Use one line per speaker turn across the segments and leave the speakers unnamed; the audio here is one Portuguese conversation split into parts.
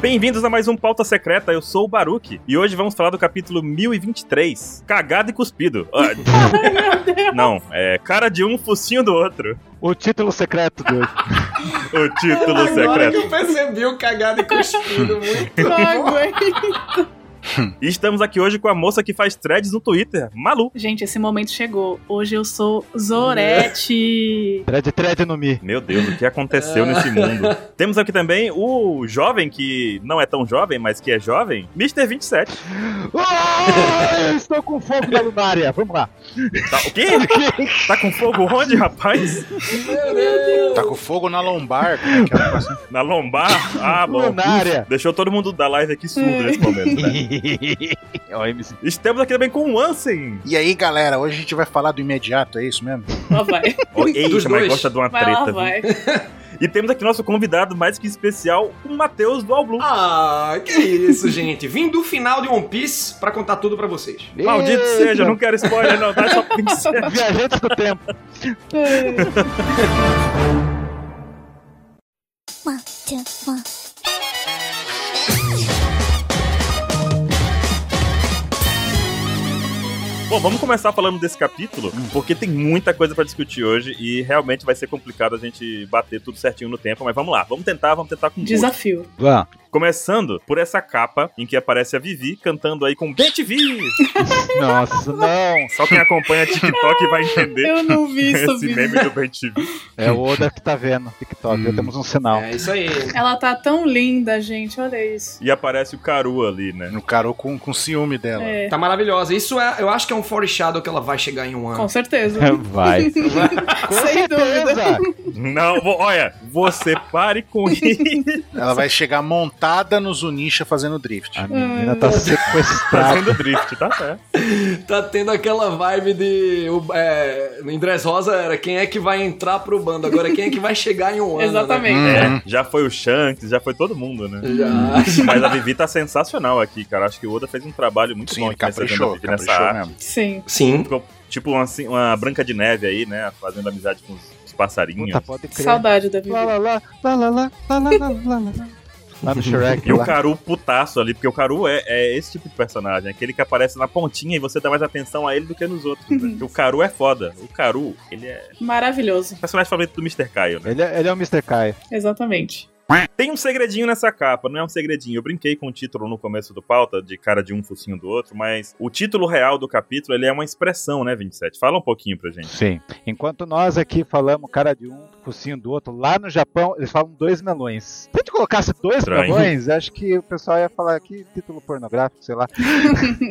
Bem-vindos a mais um Pauta Secreta, eu sou o Baruque e hoje vamos falar do capítulo 1023, Cagado e Cuspido. Ah, não, é cara de um, focinho do outro.
O título secreto dele.
O título
Agora que
secreto.
eu percebi o cagado e cuspido muito. bom.
E estamos aqui hoje com a moça que faz threads no Twitter, Malu.
Gente, esse momento chegou. Hoje eu sou Zorete.
Thread, thread no Mi.
Meu Deus, o que aconteceu nesse mundo? Temos aqui também o jovem, que não é tão jovem, mas que é jovem, Mr. 27.
Ah, eu estou com fogo na lunária. Vamos lá.
Tá, o quê? Tá com fogo onde, rapaz?
Meu Deus.
Tá com fogo na lombar, como é que é o negócio?
Na lombar? Ah, bom.
Lunária.
Deixou todo mundo da live aqui surdo nesse momento, né?
É o MC.
Estamos aqui também com o Ansem.
E aí, galera, hoje a gente vai falar do imediato, é isso mesmo?
Lá vai.
Oh,
Dos
eita, mas
dois.
gosta de uma
Vai
treta.
lá,
viu?
vai.
E temos aqui nosso convidado mais que especial, o Matheus do All Blue.
Ah, que isso, gente. Vim do final de One Piece pra contar tudo pra vocês.
Maldito
Eita.
seja, não quero spoiler, não. Dá só pra pincelar.
Viajantes do tempo.
One, two, one.
Bom, vamos começar falando desse capítulo, porque tem muita coisa pra discutir hoje e realmente vai ser complicado a gente bater tudo certinho no tempo, mas vamos lá, vamos tentar, vamos tentar com gosto.
Desafio.
Vá.
Começando por essa capa em que aparece a Vivi cantando aí com Get Vi!
Nossa, não.
Só quem acompanha TikTok vai entender
Eu não vi isso,
esse
vídeo.
meme do Ben TV.
É o Oda que tá vendo. TikTok. Já temos um sinal.
É isso aí.
Ela tá tão linda, gente. Olha isso.
E aparece o Caru ali, né?
No Carol com, com ciúme dela.
É,
Tá maravilhosa. Isso é, eu acho que é um foreshadow que ela vai chegar em um ano.
com certeza.
Vai.
Sem dúvida.
Não, vo- olha, você pare com isso.
Ela vai chegar montada no Zunisha fazendo drift.
A menina tá sequestrada.
Fazendo drift, tá certo.
Tá tendo aquela vibe de. o- É, em Dress Rosa era quem é que vai entrar pro bando, agora quem é que vai chegar em um ano.
Exatamente.
É, já foi o Shanks, já foi todo mundo, né?
Né? Já.
Mas a Vivi tá sensacional aqui, cara. Acho que o Oda fez um trabalho muito
Sim,
bom
ele
aqui nessa agenda da
caprichou,
Vivi, nessa
caprichou
arte.
mesmo.
Sim.
Sim.
Tipo uma, assim, uma branca de neve aí, né? Fazendo amizade com os, os passarinhos.
Puta, pode crer.
Saudade da
Lá,
vida.
lá, lá, lá, lá, lá, lá, lá, lá, lá, lá. Lá no Shrek.
E o
Lá.
Caru putaço ali, porque o Caru é, é esse tipo de personagem, aquele que aparece na pontinha e você dá mais atenção a ele do que nos outros. né? O Caru é foda. O Caru, ele é
Maravilhoso.
o personagem favorito do Mr. Caio, né?
Ele, é- ele é o Mr. Kai.
Exatamente.
Tem um segredinho nessa capa, não é um segredinho. Eu brinquei com o título no começo do pauta, de cara de um focinho do outro, mas o título real do capítulo, ele é uma expressão, né, 27? Fala um pouquinho pra gente.
Sim. Enquanto nós aqui falamos cara de um, focinho do outro, lá no Japão eles falam dois melões. Se a gente colocasse dois
Estranho.
melões, acho que o pessoal ia falar que título pornográfico, sei lá.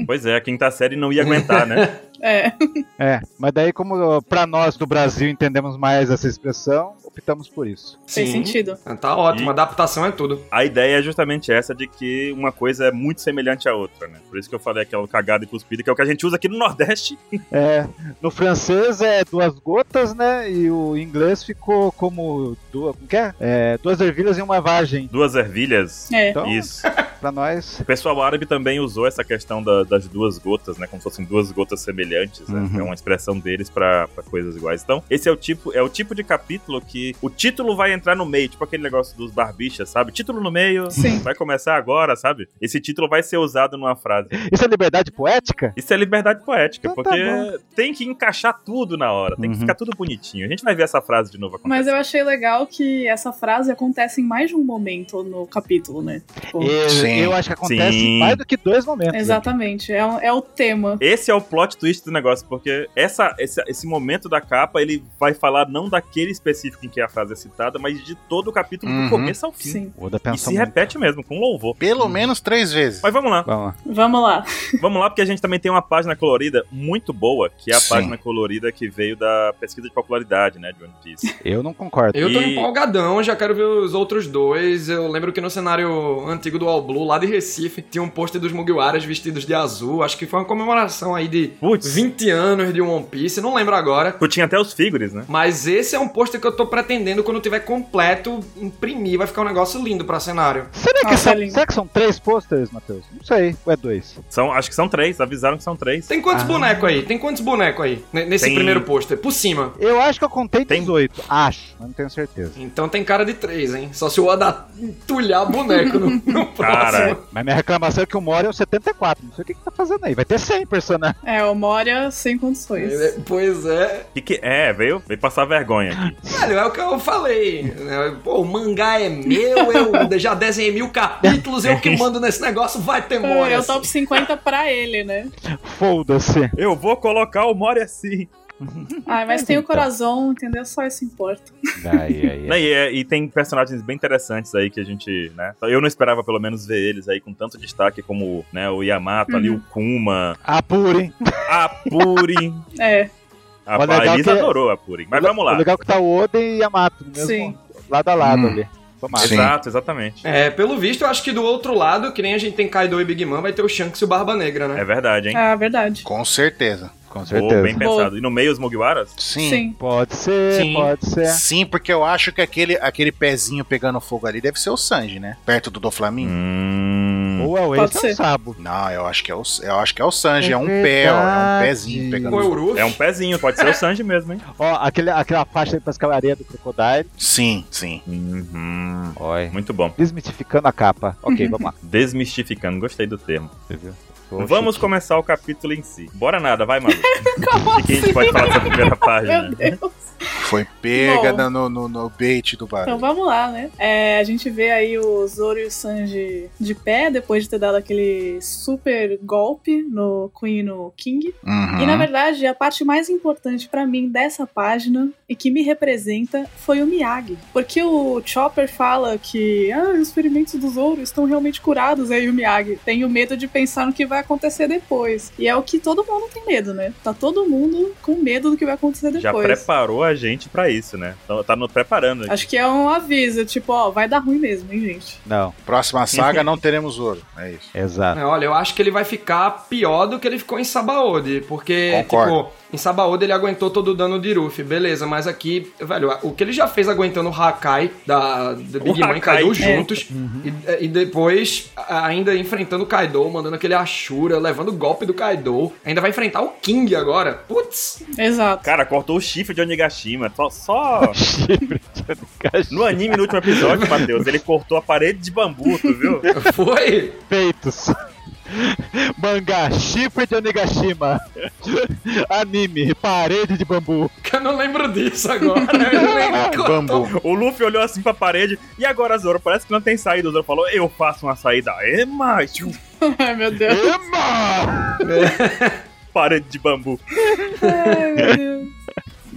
Pois é, a quinta série não ia aguentar, né?
É.
É, mas daí como pra nós do Brasil entendemos mais essa expressão, optamos por isso.
Fez
Sim.
sentido.
Tá ótimo,
E-
adaptação é tudo.
A ideia é justamente essa de que uma coisa é muito semelhante à outra, né? Por isso que eu falei aquela cagada e cuspida, que é o que a gente usa aqui no Nordeste
É, no francês é duas gotas, né? E o inglês ficou como duas, como que é? É, duas ervilhas e uma vagem.
Duas ervilhas.
É.
Então,
Isso.
pra nós,
O pessoal árabe também usou essa questão da- das duas gotas, né? Como se fossem duas gotas semelhantes, né?
Uhum.
É uma expressão deles pra pra coisas iguais. Então, esse é o tipo, é o tipo de capítulo que o título vai entrar no meio, tipo aquele negócio dos barbichas, sabe? Título no meio,
Sim.
vai começar agora, sabe? Esse título vai ser usado numa frase.
isso é liberdade poética?
Isso é liberdade poética,
Então tá
porque tem que encaixar tudo na hora, tem que
Uhum.
ficar tudo bonitinho. A gente vai ver essa frase de novo
Mas
acontecer.
eu achei legal que essa frase acontece em mais de um momento no capítulo, né? Tipo,
Eu,
Sim.
eu acho que acontece
Sim.
em mais do que dois momentos. né?
Exatamente. É, o- é o tema.
Esse é o plot twist do negócio, porque essa, esse, esse momento da capa, ele vai falar não daquele específico em que a frase é citada, mas de todo o capítulo, do
Uhum.
começo ao fim.
Sim.
O Oda
E
pensou
se
muito.
repete mesmo, com louvor.
Pelo menos três vezes.
Mas vamos lá,
Vamos lá.
Vamos lá.
vamos lá, porque a gente também tem uma página colorida muito boa, que é a
Sim.
página colorida que veio da pesquisa de popularidade, né, de One Piece.
Eu não concordo.
Eu tô
E-
empolgadão, já quero ver os outros dois. Eu lembro que no cenário antigo do All Blue Blue, lá de Recife, tinha um pôster dos Mugiwaras vestidos de azul. Acho que foi uma comemoração aí de
Putz,
20 anos de One Piece, não lembro agora.
tu tinha até os figures, né?
Mas esse é um pôster que eu tô pretendendo, quando tiver completo, imprimir. Vai ficar um negócio lindo pra cenário.
Será que,
Nossa,
são,
é lindo.
será que são três posters, Matheus? Não sei. Ou é dois?
São, acho que são três, avisaram que são três.
Tem quantos
Ah.
bonecos aí? Tem quantos bonecos aí? ne- Nesse
Tem-
primeiro pôster? Por cima.
Eu acho que eu contei
Tem.
18. Acho, mas não tenho certeza.
Então tem cara de três, hein? Só se o Oda entulhar boneco no, no
Cara.
próximo.
Mas minha reclamação é que o Mori é o 74. Não sei o que, que tá fazendo aí. Vai ter 100 personagens.
É, o Moria sem condições.
Ele- Pois é.
Que que é, veio, veio passar vergonha aqui.
Velho, é o que eu falei. É, Pô, o mangá é meu, eu já desenhei mil capítulos, eu
É.
que mando nesse negócio, vai ter assim.
É, é
Moria.
o top 50 pra ele, né?
Foda-se.
Eu vou colocar o Mori assim.
Ai, Ah, mas
Mas
tem o
então.
coração, entendeu? Só isso importa.
Aí, aí.
Né, E, é- e tem personagens bem interessantes aí que a gente, né? Eu não esperava pelo menos ver eles aí com tanto destaque como né, o Yamato ali,
Uhum.
o Kuma,
A Purim.
a Purin.
É,
A,
Mas
a
legal
Elisa
que-
adorou a Purin. Mas vamos
O
lá.
legal que tá o Oden e Yamato no mesmo
Sim.
lado a lado
Hum.
ali. Tomara.
Sim.
Exato, exatamente.
É, pelo visto, eu acho que do outro lado, que nem a gente tem Kaido e Big Man, vai ter o Shanks e o Barba Negra, né?
É verdade, hein?
é verdade.
Com certeza.
Com
Pô,
certeza.
bem
Boa.
pensado. E no meio os Mugiwaras?
Sim.
Sim.
Sim.
Pode ser,
Sim.
pode
É.
ser.
porque eu acho que aquele, aquele pezinho pegando fogo ali deve ser o Sanji, né? Perto do Doflamingo.
Hum.
Ou é o Ace
Pode
ou é o
ser.
Sabo.
Não, eu acho que é o, eu acho que é o Sanji,
É
é, um pé, ó, é um
verdade.
pezinho pegando
Ou é o Ruff.
É um pezinho, pode ser o Sanji mesmo, hein?
Ó, aquele, aquela faixa aí pra escalaria do Crocodile.
Sim, sim.
Uhum.
Oi.
Muito bom.
Desmitificando a capa. Ok, vamos lá.
Desmistificando, gostei do termo.
Você viu?
Vamos começar o capítulo em si. Bora nada, vai, Malu. O que né? a gente pode falar dessa primeira página?
Meu Deus.
Foi pega
Bom.
na- no, no, no bait do
Então
barulho.
vamos lá, né? É, a gente vê aí o Zoro e o Sanji de pé, depois de ter dado aquele super golpe no Queen e no King.
Uhum.
E na verdade, a parte mais importante pra mim dessa página e que me representa foi o Miyagi. Porque o Chopper fala que ah, os ferimentos do Zoro estão realmente curados, aí o Miyagi. Tenho medo de pensar no que vai acontecer depois. E é o que todo mundo tem medo, né? Tá todo mundo com medo do que vai acontecer
Já
depois.
preparou a gente pra isso, né? Então, tá nos preparando. aqui.
Acho que é um aviso, tipo, ó, vai dar ruim mesmo, hein, gente?
Não,
Próxima saga não teremos ouro. É isso.
exato.
É, Olha, eu acho que ele vai ficar pior do que ele ficou em Sabaody, porque,
Concordo.
tipo, em Sabaody ele aguentou todo o dano de Ruffy, beleza, mas aqui, velho, o que ele já fez aguentando o Hakai da, da Big Man e
Hakai.
Kaido juntos, e, e depois a- ainda enfrentando o Kaido, mandando aquele Ashura, levando o golpe do Kaido, ainda vai enfrentar o King agora, putz,
Exato.
Cara, cortou o chifre de Onigashima. Só, só no anime, no último episódio, Matheus, ele cortou a parede de bambu, tu viu?
foi...
Feitos. Mangá, chifre de Onigashima. Anime, parede de bambu.
que Eu não lembro disso agora. Eu não lembro que eu tô-
Bambu.
O Luffy olhou assim pra parede. E agora, Zoro? Parece que não tem saída. O Zoro falou: Eu faço uma saída. É mais um
Ai, meu Deus.
Ema!
parede de bambu. Hum?
Ai, meu Deus.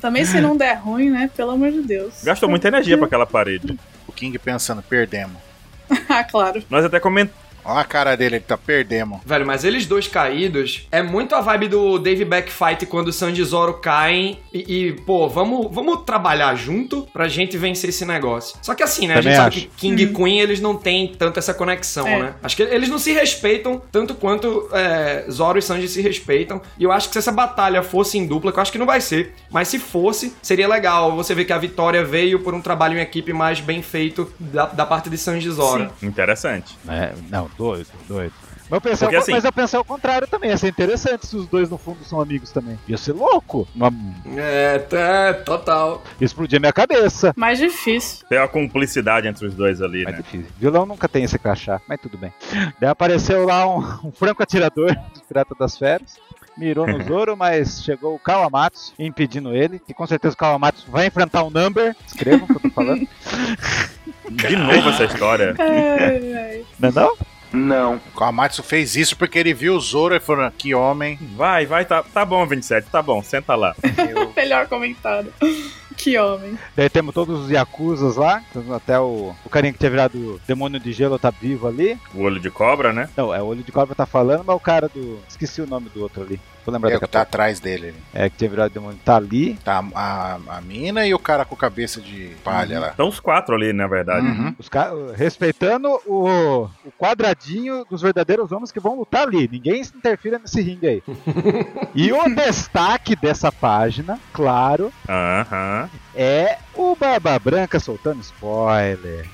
Também se não der ruim, né? Pelo amor de Deus.
Gastou muita energia pra aquela parede.
O King pensando, perdemos.
ah, claro.
Nós até comentamos.
Olha a cara dele, ele tá perdemos.
Velho, mas eles dois caídos é muito a vibe do Dave Backfight quando o Sanji e Zoro caem e, e, pô, vamos, vamos trabalhar junto pra gente vencer esse negócio. Só que assim, né?
Também
a gente
acho.
sabe que King e Queen eles não têm tanto essa conexão,
É.
né? Acho que eles não se respeitam tanto quanto é, Zoro e Sanji se respeitam. E eu acho que se essa batalha fosse em dupla, que eu acho que não vai ser, mas se fosse, seria legal você ver que a vitória veio por um trabalho em equipe mais bem feito da, da parte de Sanji e Zoro.
Sim.
Interessante.
É, não, doido, doido. Mas eu, pensei,
Porque, assim-
mas eu pensei ao contrário também. Ia ser interessante se os dois no fundo são amigos também. Ia ser louco. Uma-
É, tá, total.
Explodir minha cabeça.
Mais difícil.
Tem uma cumplicidade entre os dois ali,
Mas
né?
Tá difícil. Vilão nunca tem esse crachá, mas tudo bem. Daí apareceu lá um, um franco atirador do Pirata das Feras. Mirou no Zoro, mas chegou o Kawamatsu impedindo ele. E com certeza o Kawamatsu vai enfrentar o Number. Escrevam o que eu tô falando.
De novo essa história.
Ai, ai.
não é não?
O Kamatsu fez isso porque ele viu o Zoro e falou: que homem.
Vai, vai, tá, tá bom, 27, tá bom, senta lá.
Eu-
Melhor comentário. Que homem.
Daí temos todos os Yakuzas lá. temos Até o, o carinha que tinha virado demônio de gelo tá vivo ali.
O olho de cobra, né?
Não, é o olho de cobra tá falando, mas o cara do. Esqueci o nome do outro ali. O vou lembrar
é o
daqui
que
a
tá
pouco.
atrás dele. ali.
É, que tinha virado demônio. Tá ali.
Tá a, a mina e o cara com cabeça de palha lá.
Estão os quatro ali, na verdade.
Uhum.
Os ca- Respeitando o... o quadradinho dos verdadeiros homens que vão lutar ali. Ninguém se interfira nesse ringue aí. e o destaque dessa página, claro,
Aham.
é o Barba Branca soltando spoiler.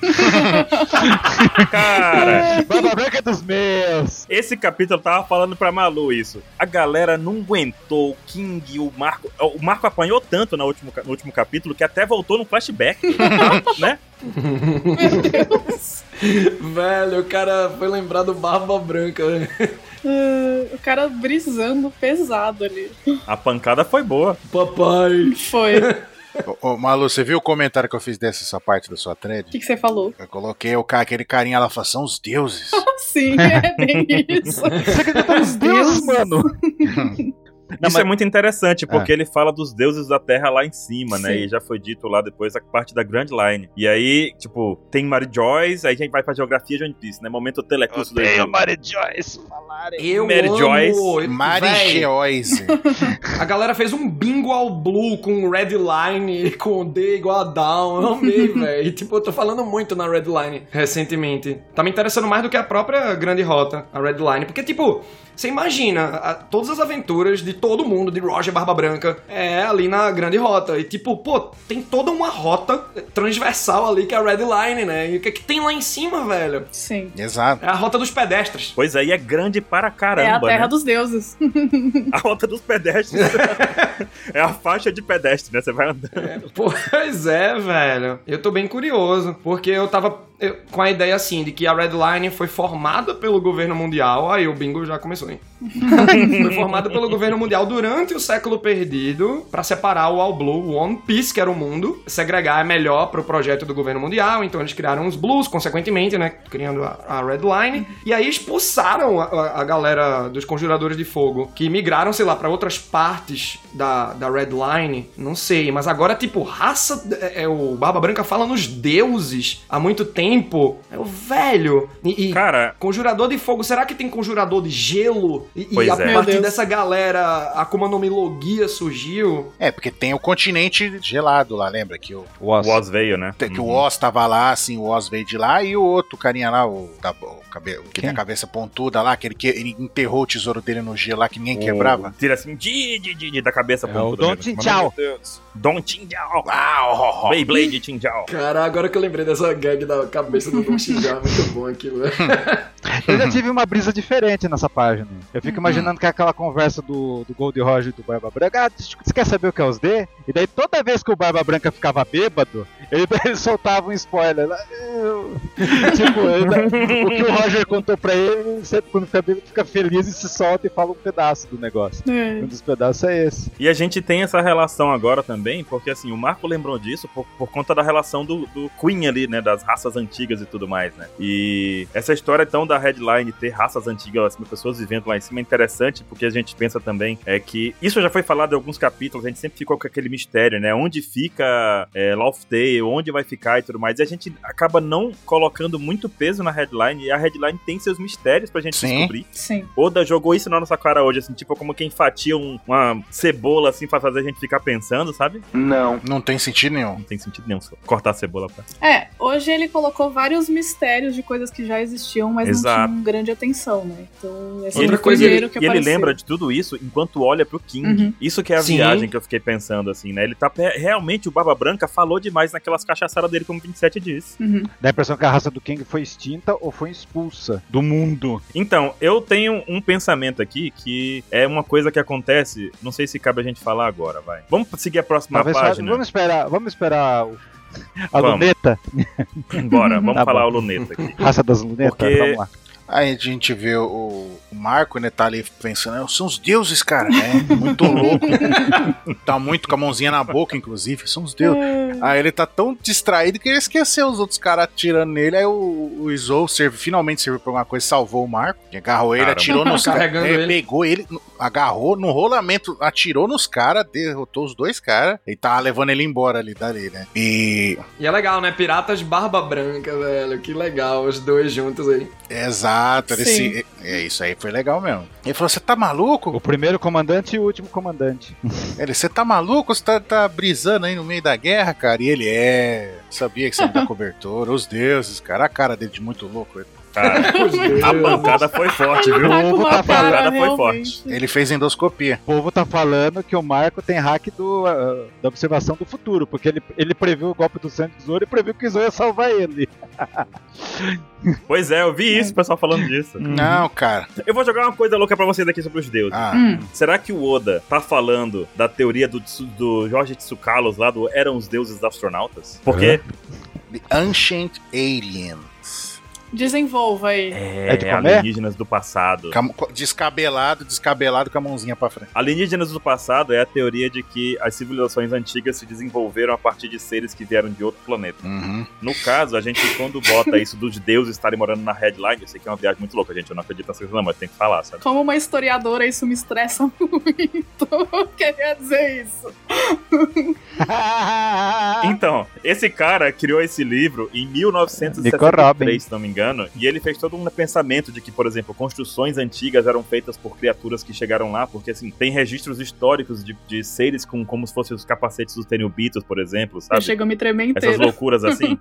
Cara,
Barba Branca é dos meus!
esse capítulo eu tava falando pra Malu isso. A galera não aguentou o King, o Marco. O Marco apanhou tanto no último, ca- no último capítulo que até voltou num flashback. né?
Meu Deus.
Velho, o cara foi lembrar do Barba Branca. né?
Ah, o cara brisando pesado ali.
A pancada foi boa.
Papai.
Foi. O
Ô, ô, Malu, você viu o comentário que eu fiz dessa sua parte da sua thread?
que, que você falou?
Eu coloquei o cara, aquele carinha lá, falou, são os deuses.
Sim, é bem isso.
Você acredita nos deuses, mano? Não,
Isso é
mas-
muito interessante, porque ele fala dos deuses da terra lá em cima, né?
Sim.
E já foi dito lá depois a parte da Grand Line. E aí, tipo, tem Mary Joyce, aí a gente vai pra geografia de One Piece, né? Momento telecurso do
Odeio Mary Joyce falarem.
Eu
Mary
amo.
Joyce.
Véi,
Marigeoise.
A galera fez um bingo ao blue com red line, com D igual a down. Eu amei, velho. E, Tipo, eu tô falando muito na red line recentemente. Tá me interessando mais do que a própria grande rota, a red line. Porque, tipo, você imagina a- todas as aventuras de todo mundo, de Roger Barba Branca, é ali na grande rota. E, tipo, pô, tem toda uma rota transversal ali que é a red line, né? E o que, que tem lá em cima, velho?
Sim.
Exato.
É a rota dos pedestres.
Pois aí é grande para
é a
caramba,
terra
né?
dos deuses.
A rota dos pedestres. é a faixa de pedestre, né? Você vai andando.
Pois é, velho. Eu tô bem curioso, porque eu tava eu- com a ideia assim de que a Red Line foi formada pelo governo mundial. Aí o bingo já começou, hein? foi formada pelo governo mundial durante o século perdido pra separar o All Blue, o One Piece, que era o mundo. Segregar é melhor pro projeto do governo mundial, então eles criaram os Blues, consequentemente, né? Criando a, a Red Line. E aí expulsaram a, a- a galera dos Conjuradores de Fogo, que migraram, sei lá, pra outras partes da, da Red Line. Não sei, mas agora, tipo, raça. É, é, o Barba Branca fala nos deuses há muito tempo. É o velho. E, e-
Cara,
Conjurador de fogo, será que tem conjurador de gelo? E, e
Pois
a
é.
Meu
partir
Deus.
dessa galera, a Akuma no Mi Logia surgiu.
É, porque tem o continente gelado lá, lembra? Que o,
o Oz veio, né?
que o Oz tava lá, assim, o Oz veio de lá, e o outro carinha lá, o, da, o, cabe, o que tem a cabeça pontuda lá, aquele que ele enterrou o tesouro dele no gelo lá, que ninguém quebrava.
Tira assim, di, di, di, di, da cabeça.
É
pontuda
o Don
mesmo.
Tinchau.
Meu Deus. Don Tinchao.
Ah, ó, ó, ó.
Beyblade Tinchao.
Cara, agora que eu lembrei dessa gag da cabeça do Don Xingar, muito bom aquilo. né?
Eu
Uhum.
já tive uma brisa diferente nessa página. Eu fico imaginando que é aquela conversa do, do Gold Roger e do Barba Branca. Ah, você quer saber o que é os D? E daí toda vez que o Barba Branca ficava bêbado, ele, ele soltava um spoiler. Lá, eu- tipo, ele- o que o Roger contou pra ele, sempre quando fica bêbado, fica feliz e se solta e fala um pedaço do negócio.
É.
Um dos pedaços é esse.
E a gente tem essa relação agora também, porque assim, o Marco lembrou disso por, por conta da relação do, do Queen ali, né? Das raças antigas e tudo mais, né? E essa história então da Headline ter raças antigas, assim, pessoas vivendo lá em cima é interessante, porque a gente pensa também é que. Isso já foi falado em alguns capítulos, a gente sempre ficou com aquele mistério, né? Onde fica é, Laughtale, onde vai ficar e tudo mais. E a gente acaba não colocando muito peso na Headline, e a Headline tem seus mistérios pra gente
Sim.
descobrir.
Sim.
Oda jogou isso na nossa cara hoje, assim, tipo como quem fatia um- uma cebola, assim, pra fazer a gente ficar pensando, sabe?
Não tem sentido nenhum.
Não tem sentido nenhum só cortar a cebola pra...
É, hoje ele colocou vários mistérios de coisas que já existiam, mas
Exato.
não tinham grande atenção, né? Então, esse
E
foi
ele-
o
coisa,
primeiro
e
que
ele
apareceu.
lembra de tudo isso enquanto olha pro King.
Uhum.
Isso que é a
Sim.
viagem que eu fiquei pensando, assim, né? Ele tá... re- Realmente, o Barba Branca falou demais naquelas cachaçadas dele, como o 27 disse.
Uhum.
Dá a impressão que a raça do King foi extinta ou foi expulsa do mundo.
Então, eu tenho um pensamento aqui que é uma coisa que acontece... Não sei se cabe a gente falar agora, vai. Vamos seguir a próxima
Talvez só-
página?
vamos esperar, vamos esperar o- a
Vamos.
luneta,
Bora, vamos
Tá
falar
bom.
o luneta aqui.
raça das lunetas,
Porque-
vamos lá.
Aí a gente vê o, o Marco, né, tá ali pensando, são os deuses, cara, né? Muito louco. tá muito com a mãozinha na boca, inclusive, são os deuses.
Ah,
Aí ele tá tão distraído que ele esqueceu os outros caras atirando nele. Aí o, o Izou serve, finalmente serviu pra alguma coisa, salvou o Marco, agarrou ele,
Caramba.
atirou nos caras,
Carregando
né,
ele.
pegou ele. agarrou no rolamento, atirou nos caras, derrotou os dois caras e tava levando ele embora ali dali, né? E.
E é legal, né? Piratas Barba Branca, velho. Que legal, os dois juntos aí.
Exato, ele
Sim.
se- é, isso aí foi legal mesmo. Ele falou: Você tá maluco?
O primeiro comandante e o último comandante.
Ele, você tá maluco? Você tá, tá brisando aí no meio da guerra, cara? E ele é. Sabia que você não dá cobertura, os deuses, cara. A cara dele de muito louco.
Cara,
Os dois.
Tá
a pancada foi forte,
Ele
viu?
tá com
Ovo
A
uma
tá falando,
pancada
cara
foi
realmente.
forte.
Ele fez endoscopia.
O povo tá falando que o Marco tem hack do, ah, da observação do futuro, porque ele, ele previu o golpe do sangue do Zoro e previu que o Zoro ia salvar ele.
Pois é, eu vi isso, o pessoal falando disso.
Não, cara.
Eu vou jogar uma coisa louca pra vocês aqui sobre os deuses.
Ah,
Hum.
Será que o Oda tá falando da teoria do, Tsu- do Jorge Tsukalos lá do Eram os Deuses Astronautas? Porque
The Ancient Aliens.
Desenvolva aí.
é,
É de comer?
alienígenas do passado.
Com a mão- co- Descabelado, descabelado com a mãozinha pra frente.
Alienígenas do passado é a teoria de que as civilizações antigas se desenvolveram a partir de seres que vieram de outro planeta.
Uhum.
No caso, a gente, quando bota isso dos deuses estarem morando na headline, eu sei que é uma viagem muito louca, gente. Eu não acredito nessas coisas, não, mas tem que falar, sabe?
Como uma historiadora, isso me estressa muito. Eu Queria dizer é isso.
Ah.
Então, esse cara criou esse livro em
Nico Robin.
1973, se não me engano, e ele fez todo um pensamento de que, por exemplo, construções antigas eram feitas por criaturas que chegaram lá, porque, assim, tem registros históricos de, de seres com como se fossem os capacetes dos Tenubitos, por exemplo,
Eu
sabe?
chego a me tremer
Essas
inteira.
loucuras assim.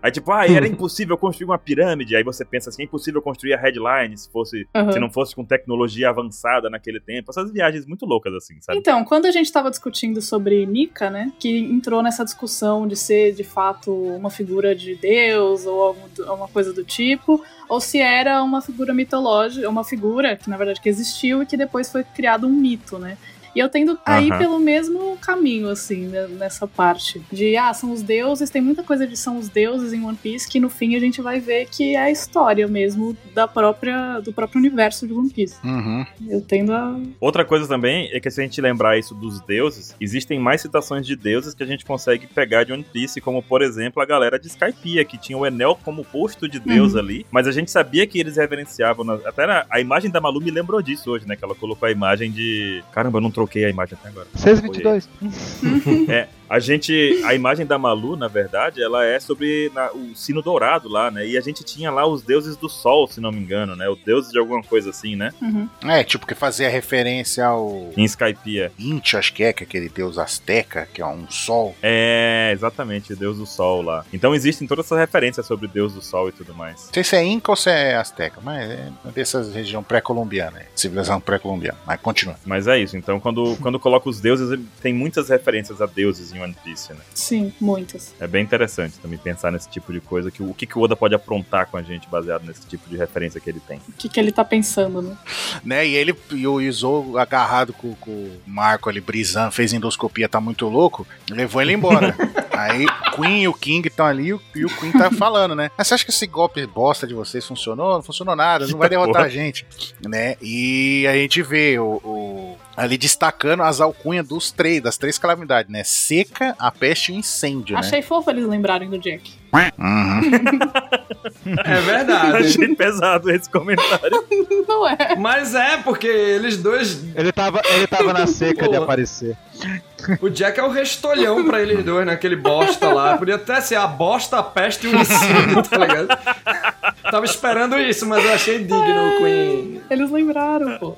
Aí, tipo, ah, era impossível construir uma pirâmide. Aí você pensa assim, é impossível construir a headline se fosse,
Aham.
se não fosse com tecnologia avançada naquele tempo. Essas viagens muito loucas, assim, sabe?
Então, quando a gente tava discutindo sobre Nika, né, que entrou nessa discussão de ser de fato uma figura de Deus ou algum- alguma coisa do tipo, ou se era uma figura mitológica, uma figura que na verdade que existiu e que depois foi criado um mito, né? E eu tendo aí
Aham.
pelo mesmo caminho, assim, né, nessa parte. De, ah, são os deuses, tem muita coisa de são os deuses em One Piece, que no fim a gente vai ver que é a história mesmo da própria, do próprio universo de One Piece.
Uhum.
Eu tendo a
Outra coisa também é que se a gente lembrar isso dos deuses, existem mais citações de deuses que a gente consegue pegar de One Piece, como por exemplo a galera de Skypiea, que tinha o Enel como posto de deus
Uhum.
ali, mas a gente sabia que eles reverenciavam. na- Até na- a imagem da Malu me lembrou disso hoje, né? Que ela colocou a imagem de. Caramba, eu não troquei a imagem até agora.
622. Hum.
É, a gente. A imagem da Malu, na verdade, ela é sobre na- o sino dourado lá, né? E a gente tinha lá os deuses do sol, se não me engano, né? O deus de alguma coisa assim, né?
Uhum.
É, tipo, que fazia referência ao
Em Skypiea.
Inti, acho que é, que é aquele deus azteca, que é um sol.
É, exatamente, o deus do sol lá. Então existem todas essas referências sobre o deus do sol e tudo mais.
Não sei se é Inca ou se é azteca, mas é dessas região pré-colombiana, é, civilização pré-colombiana. Mas continua.
Mas é isso, então quando, quando coloca os deuses, tem muitas referências a deuses em One Piece, né?
Sim, muitas.
É bem interessante também pensar nesse tipo de coisa, que o o que, que o Oda pode aprontar com a gente baseado nesse tipo de referência que ele tem.
O que, que ele tá pensando, né?
Né, e ele e o Izou agarrado com, com o Marco ali, brisando, fez endoscopia, tá muito louco, levou ele embora. Aí Queen e o King estão ali e o, e o Queen tá falando, né? Mas você acha que esse golpe bosta de vocês funcionou? Não funcionou nada, não vai
Eita
derrotar
porra.
a gente. Né? E a gente vê o, o- ali destacando as alcunhas dos três, das três calamidades, né? Seca, a peste e o incêndio, né?
Achei fofo eles lembrarem do Jack.
Uhum.
É verdade.
Achei pesado esse comentário.
Não é?
Mas é, porque eles dois.
Ele tava, ele tava na seca de
Boa.
aparecer.
O Jack é o restolhão pra eles dois, né? Aquele bosta lá. Podia até ser a bosta, a peste e o incêndio, tá ligado? Tava esperando isso, mas eu achei digno o Queen.
Eles lembraram, pô.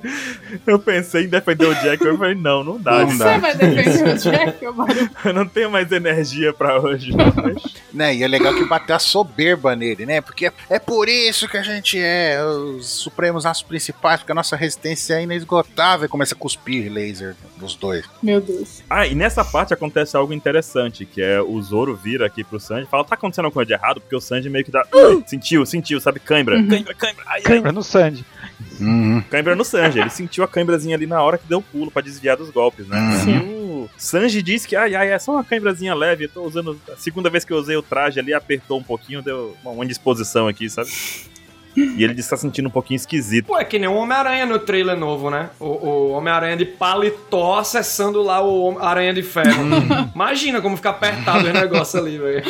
Eu pensei em defender o Jack, eu falei, não, não dá, Tá, não
Você
dá.
vai defender o Jack, Mario?
Eu não tenho mais energia pra hoje. não, mas-
Né, e é legal que bater a soberba nele, né? Porque é, é por isso que a gente é os supremos nossos principais, porque a nossa resistência é inesgotável. E Começa a cuspir laser dos dois.
Meu Deus.
Ah, e nessa parte acontece algo interessante, que é o Zoro vira aqui pro Sanji e fala, tá acontecendo alguma coisa de errado, porque o Sanji meio que dá... Sentiu, sentiu, sabe? Cãibra.
Uhum.
Cãibra, cãibra. Ai, ai.
Câmera no Sandy.
Cãibra no Sanji. Ele sentiu a cãibrazinha ali na hora que deu o pulo pra desviar dos golpes, né?
Uhum.
E o Sanji diz que, ai, ai, é só uma cãibrazinha leve, eu tô usando... A segunda vez que eu usei o traje ali, apertou um pouquinho, deu uma, uma indisposição aqui, sabe? E ele está se sentindo um pouquinho esquisito.
Pô, é que nem o Homem-Aranha no trailer novo, né? O, o Homem-Aranha de paletó acessando lá o Hom- Aranha de Ferro. Imagina como fica apertado o negócio ali, velho.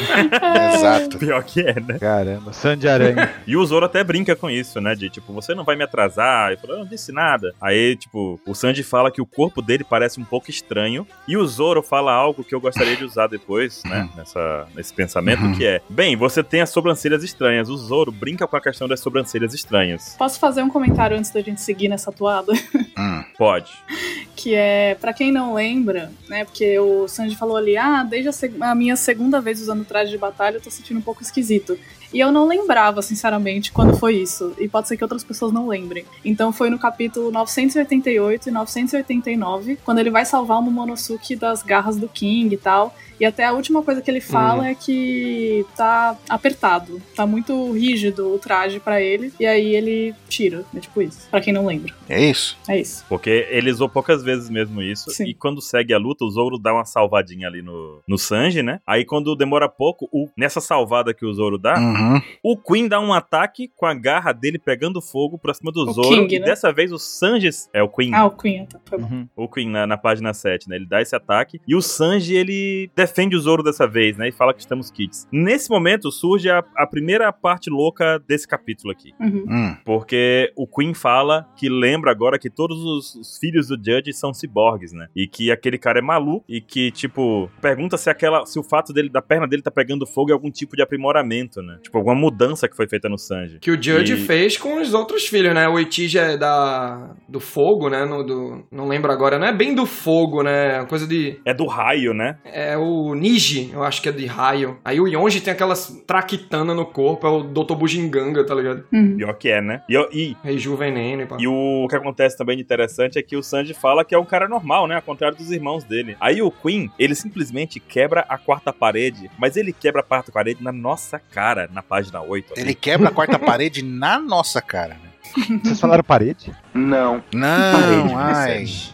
Exato.
Pior que é, né?
Caramba, Sandy Aranha.
E o Zoro até brinca com isso, né? De tipo, você não vai me atrasar. Eu falo, eu não disse nada. Aí, tipo, o Sanji fala que o corpo dele parece um pouco estranho. E o Zoro fala algo que eu gostaria de usar depois, né? Nessa, nesse pensamento, que é: Bem, você tem as sobrancelhas estranhas. O Zoro brinca com a questão das sobrancelhas estranhas.
Posso fazer um comentário antes da gente seguir nessa toada?
Hum.
Pode.
Que é, pra quem não lembra, né? Porque o Sanji falou ali, ah, desde a, seg- a minha segunda vez usando traje de batalha, eu tô sentindo um pouco esquisito. E eu não lembrava, sinceramente, quando foi isso. E pode ser que outras pessoas não lembrem. Então foi no capítulo 988 e 989, quando ele vai salvar o Momonosuke das garras do King e tal. E até a última coisa que ele fala é que tá apertado, tá muito rígido o traje pra ele. E aí ele tira. É tipo isso. Pra quem não lembra.
É isso.
É isso.
Porque ele usou poucas vezes mesmo isso.
Sim.
E quando segue a luta, o Zoro dá uma salvadinha ali no, no Sanji, né? Aí quando demora pouco, o- nessa salvada que o Zoro dá,
Uhum.
o Queen dá um ataque com a garra dele pegando fogo pra cima do
O
Zoro.
King,
e
né?
dessa vez o Sanji. É o Queen.
Ah, o Queen, tá. Foi bom.
Uhum.
O Queen na, na página 7, né? Ele dá esse ataque. E o Sanji, ele defende o Zoro dessa vez, né? E fala que estamos kits. Nesse momento surge a, a primeira parte louca desse capítulo aqui.
Uhum.
Hum.
Porque o Queen fala que lembra agora que todos os, os filhos do Judge são ciborgues, né? E que aquele cara é maluco e que, tipo, pergunta se aquela. se o fato dele, da perna dele tá pegando fogo é algum tipo de aprimoramento, né? Tipo, alguma mudança que foi feita no Sanji.
Que o Judge
E-
fez com os outros filhos, né? O Itija é da... do fogo, né? No- do... Não lembro agora. Não é bem do fogo, né? É uma Coisa de...
É do raio, né?
É o Niji, eu acho que é de raio. Aí o Yonji tem aquelas traquitana no corpo. É o Dr. Bujinganga, tá ligado?
Uhum.
Pior que é, né? E, eu- e
Rejuvenene, pá.
E o que acontece também de interessante é que o Sanji fala que é um cara normal, né? Ao contrário dos irmãos dele. Aí o Queen, ele simplesmente quebra a quarta parede, mas ele quebra a quarta parede na nossa cara, na página assim. 8.
Ele quebra a quarta parede na nossa cara. né?
Vocês falaram parede?
Não, ai.
Parede,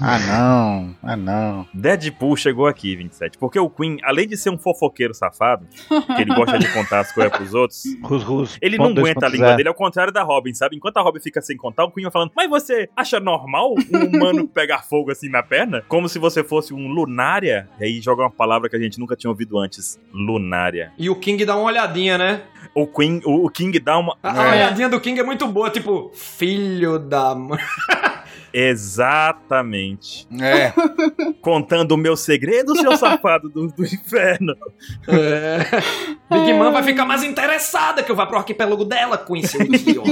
Ah, não. Ah, não.
Deadpool chegou aqui, 27. Porque o Queen, além de ser um fofoqueiro safado, que ele gosta de contar as coisas pros outros,
Rus, rus,
ele não
ponto dois,
aguenta a
ponto
língua
zero.
dele, ao contrário da Robin, sabe? Enquanto a Robin fica sem contar, o Queen vai falando, mas você acha normal um humano pegar fogo assim na perna? Como se você fosse um lunária? E aí joga uma palavra que a gente nunca tinha ouvido antes. Lunária.
E o King dá uma olhadinha, né?
O Queen, o, o King dá uma...
A, a olhadinha do King é muito boa, tipo, filho da mãe.
Exatamente.
É.
Contando o meu segredo, seu safado do, do inferno.
É. Big Mom vai ficar mais interessada que eu vá pro arquipélago dela, Queen, seu idiota.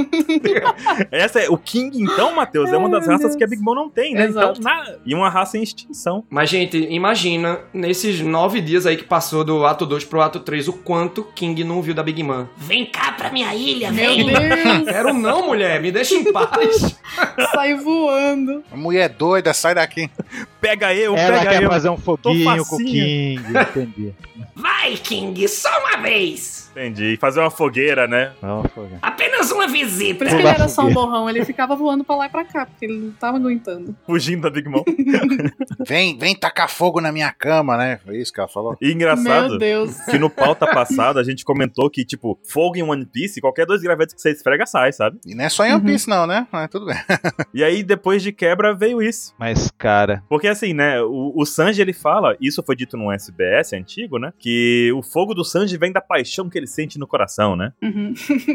Essa é, o King, então, Matheus, é uma das
Ai, meu
raças
Deus.
que a Big Mom não tem, né?
Exato.
Então, na- e uma raça em extinção.
Mas, gente, imagina, nesses nove dias aí que passou do ato 2 pro ato 3, o quanto King não viu da Big Mom.
Vem cá pra minha ilha,
Meu
vem!
Deus,
Quero não, mulher, me deixa em paz.
sai voando.
A mulher é doida, sai daqui.
Pega eu,
Ela
pega
quer
eu.
fazer um foguinho com o
facinho.
King, entendi.
Vai, King, só uma vez!
Entendi. Fazer uma fogueira, né?
Não, fogo.
Apenas uma
Por
visita!
isso que ele
Pular
era só um
fogueira.
borrão, ele ficava voando pra lá e pra cá, porque ele não tava aguentando.
fugindo da Big Mom.
Vem, vem tacar fogo na minha cama, né? Foi isso que ela falou.
E
Meu
engraçado
Deus.
que no pauta passada a gente comentou que, tipo, fogo em One Piece, qualquer dois gravetos que você esfrega sai, sabe?
E não é só em One Piece, não, né? Mas tudo bem.
E aí depois de quebra veio isso.
Mas, cara,
Porque assim, né, o, o Sanji ele fala, isso foi dito num SBS antigo, né, que o fogo do Sanji vem da paixão que ele sente no coração, né?
Uhum.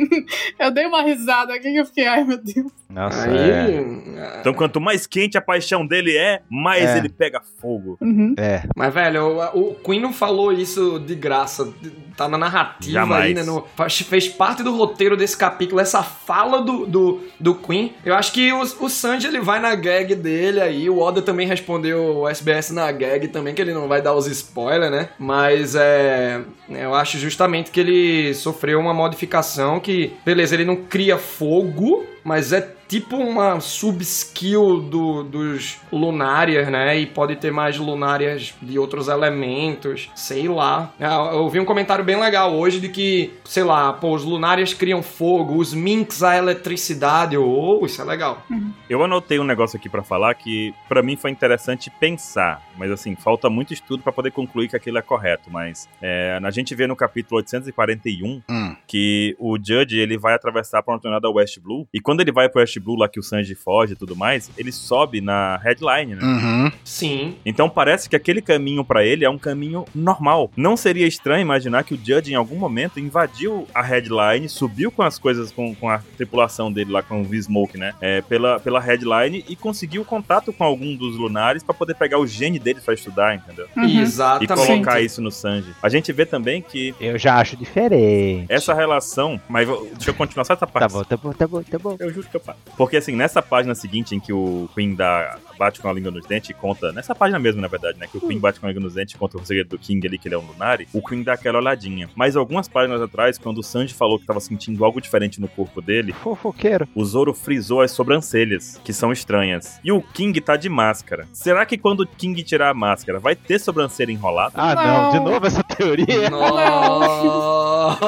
eu dei uma risada aqui que eu fiquei, ai meu Deus.
nossa,
Aí. é.
Então quanto mais quente a paixão dele é, mais
É.
ele pega fogo.
Uhum.
é, é.
Mas, velho, o, o Queen não falou isso de graça. Tá na narrativa
Jamais.
aí, né? no- faz- fez parte do roteiro desse capítulo, essa fala do, do, do Queen. Eu acho que o, o Sanji, ele vai na gag dele aí. O Oda também respondeu o SBS na gag também, que ele não vai dar os spoilers, né? Mas, é... Eu acho justamente que ele sofreu uma modificação que... Beleza, ele não cria fogo, mas é tipo uma sub-skill do, dos Lunarias, né? E pode ter mais Lunarias de outros elementos, sei lá. Ah, Eu vi um comentário bem legal hoje de que, sei lá, pô, os Lunarias criam fogo, os Minks a eletricidade. Oh, isso é legal.
Eu anotei um negócio aqui pra falar que pra mim foi interessante pensar, mas assim, falta muito estudo pra poder concluir que aquilo é correto, mas é, a gente vê no capítulo 841
Hum.
que o Judge ele vai atravessar pra uma tornada West Blue e quando ele vai pro West Blue lá que o Sanji foge e tudo mais, ele sobe na Headline,
Hum.
né?
Uhum.
Sim.
Então parece que aquele caminho pra ele é um caminho normal. Não seria estranho imaginar que o Judge em algum momento invadiu a headline, subiu com as coisas com, com a tripulação dele lá com o V-Smoke, né? É, pela, pela headline e conseguiu contato com algum dos lunares pra poder pegar o gene dele pra estudar, entendeu?
Uhum.
E
Exatamente.
colocar isso no Sanji. A gente vê também que
Eu já acho diferente.
essa relação, mas vou- deixa eu continuar só essa parte.
Tá bom, tá bom, tá bom, tá bom.
Eu juro que eu paro. Porque assim, nessa página seguinte em que o Queen dá, bate com a língua nos dentes e conta. Nessa página mesmo, na verdade, né? Que o Queen bate com a língua nos dentes e conta o segredo do King ali, que ele é um Lunari. O Queen dá aquela olhadinha. Mas algumas páginas atrás, quando o Sanji falou que tava sentindo algo diferente no corpo dele,
É Fofoqueiro.
o Zoro frisou as sobrancelhas, que são estranhas. E o King tá de máscara. Será que quando o King tirar a máscara, vai ter sobrancelha enrolada?
Ah, não,
Não.
de novo essa teoria.
Nossa.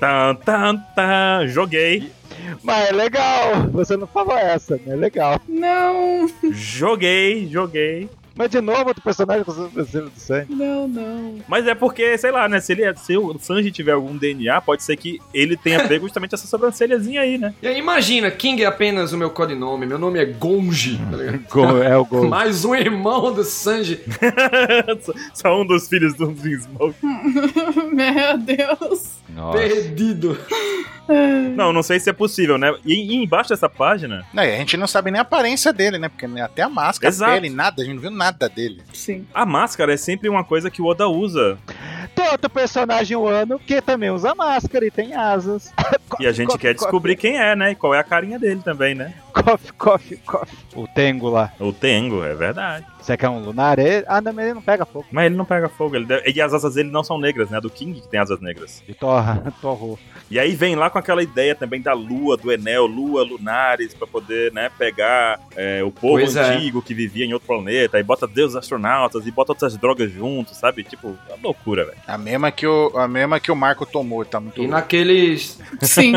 Tan, tan, tan. Joguei.
Mas é legal. Você não falou essa, né? Legal.
Não,
Joguei, joguei.
Mas de novo, outro personagem com o do sangue.
não, não.
Mas é porque, sei lá, né? Se, ele, se o Sanji tiver algum DNA, pode ser que ele tenha pego justamente essa sobrancelhazinha aí, né?
E aí, imagina, King é apenas o meu codinome, meu nome é Gonji, tá ligado?
Gol, é o gol.
Mais um irmão do Sanji.
Só- Só um dos filhos do Smoke.
Meu Deus.
Perdido.
Não, não sei se é possível, né? E, e embaixo dessa página,
Não, e a gente não sabe nem a aparência dele, né? Porque nem até a máscara,
Exato.
a pele, nada, a gente não viu nada dele.
Sim.
a máscara é sempre uma coisa que o Oda usa.
Todo personagem humano que também usa máscara e tem asas.
E a gente
Cof,
quer
cof,
descobrir quem é, né? E qual é a carinha dele também, né?
Cof, cof, cof. O Tengo lá.
O Tengo, é verdade.
Você quer um lunar? Ele- Ah, não, mas ele não pega fogo.
Mas ele não pega fogo. Ele deve- E as asas dele não são negras, né? A do King que tem asas negras.
Ele torra, torrou.
E aí vem lá com aquela ideia também da lua, do Enel, lua, lunares, pra poder, né, pegar é, o povo
Pois é.
antigo que vivia em outro planeta, e bota deuses astronautas, e bota outras drogas junto, sabe? Tipo, é uma loucura, velho.
A mesma que o, a mesma que o Marco tomou, tá muito
E
louco.
naqueles,
Sim.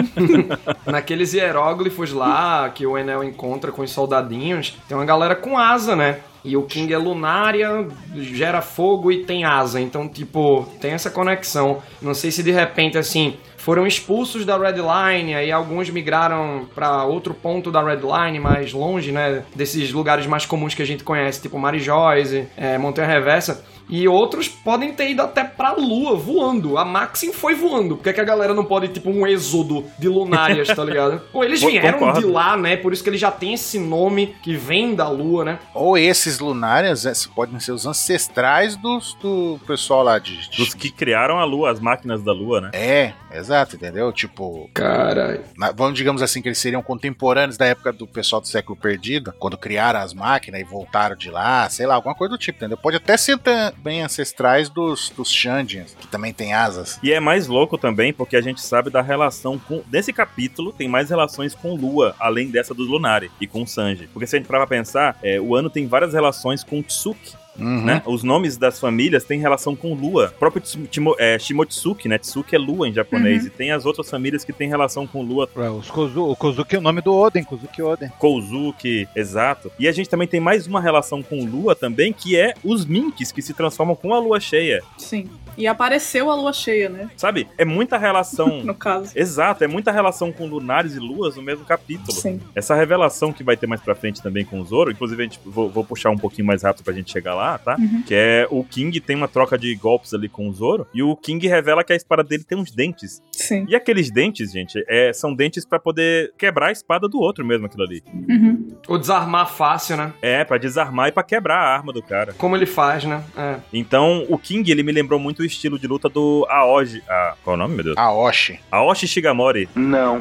naqueles hieróglifos lá que o Enel encontra com os soldadinhos, tem uma galera com asa, né? E o King é lunária, gera fogo e tem asa. Então, tipo, tem essa conexão. Não sei se de repente, assim, foram expulsos da Red Line, aí alguns migraram pra outro ponto da Red Line, mais longe, né? Desses lugares mais comuns que a gente conhece, tipo Marijóis, é, Montanha Reversa. E outros podem ter ido até pra lua voando. A Maxim foi voando. Por que, que a galera não pode, tipo, um êxodo de lunárias, tá ligado? Pô, eles
Pô,
vieram de
concordo.
lá, né? Por isso que ele já tem esse nome que vem da lua, né?
Ou esses lunárias é, podem ser os ancestrais dos, do pessoal lá de. de-
Dos que criaram a lua, as máquinas da lua, né?
É, exato, entendeu? Tipo,
Caralho.
na- vamos digamos assim que eles seriam contemporâneos da época do pessoal do século perdido, quando criaram as máquinas e voltaram de lá, sei lá, alguma coisa do tipo, entendeu? Pode até ser também ancestrais dos, dos Xandians, que também tem asas.
E é mais louco também porque a gente sabe da relação com. Nesse capítulo tem mais relações com Lua, além dessa do Lunari e com o Sanji. Porque se a gente parar pra pensar, é, o ano tem várias relações com Tsuki,
Uhum.
né? Os nomes das famílias têm relação com lua. O próprio Tsu- Timo- é, Shimotsuki, né? Tsuki é lua em japonês. E tem as outras famílias que têm relação com lua.
É, Os Kozu, o Kozuki é o nome do Oden, Kozuki Oden.
Kouzuki, exato. E a gente também tem mais uma relação com lua também, que é os minks, que se transformam com a lua cheia.
Sim. E apareceu a lua cheia, né?
Sabe? É muita relação...
No caso.
exato, é muita relação com lunares e luas no mesmo capítulo.
Sim.
Essa revelação que vai ter mais pra frente também com o Zoro, inclusive a gente, vou, vou puxar um pouquinho mais rápido pra gente chegar lá, tá?
Uhum.
Que é o King tem uma troca de golpes ali com o Zoro, e o King revela que a espada dele tem uns dentes.
Sim.
E aqueles dentes, gente, é, são dentes pra poder quebrar a espada do outro mesmo, aquilo ali.
Uhum.
Ou desarmar fácil, né?
É, pra desarmar e pra quebrar a arma do cara.
Como ele faz, né? É.
Então, o King, ele me lembrou muito o estilo de luta do Aoji. Ah, qual é o nome, meu Deus?
Aoshi,
Aoshi Shigamori,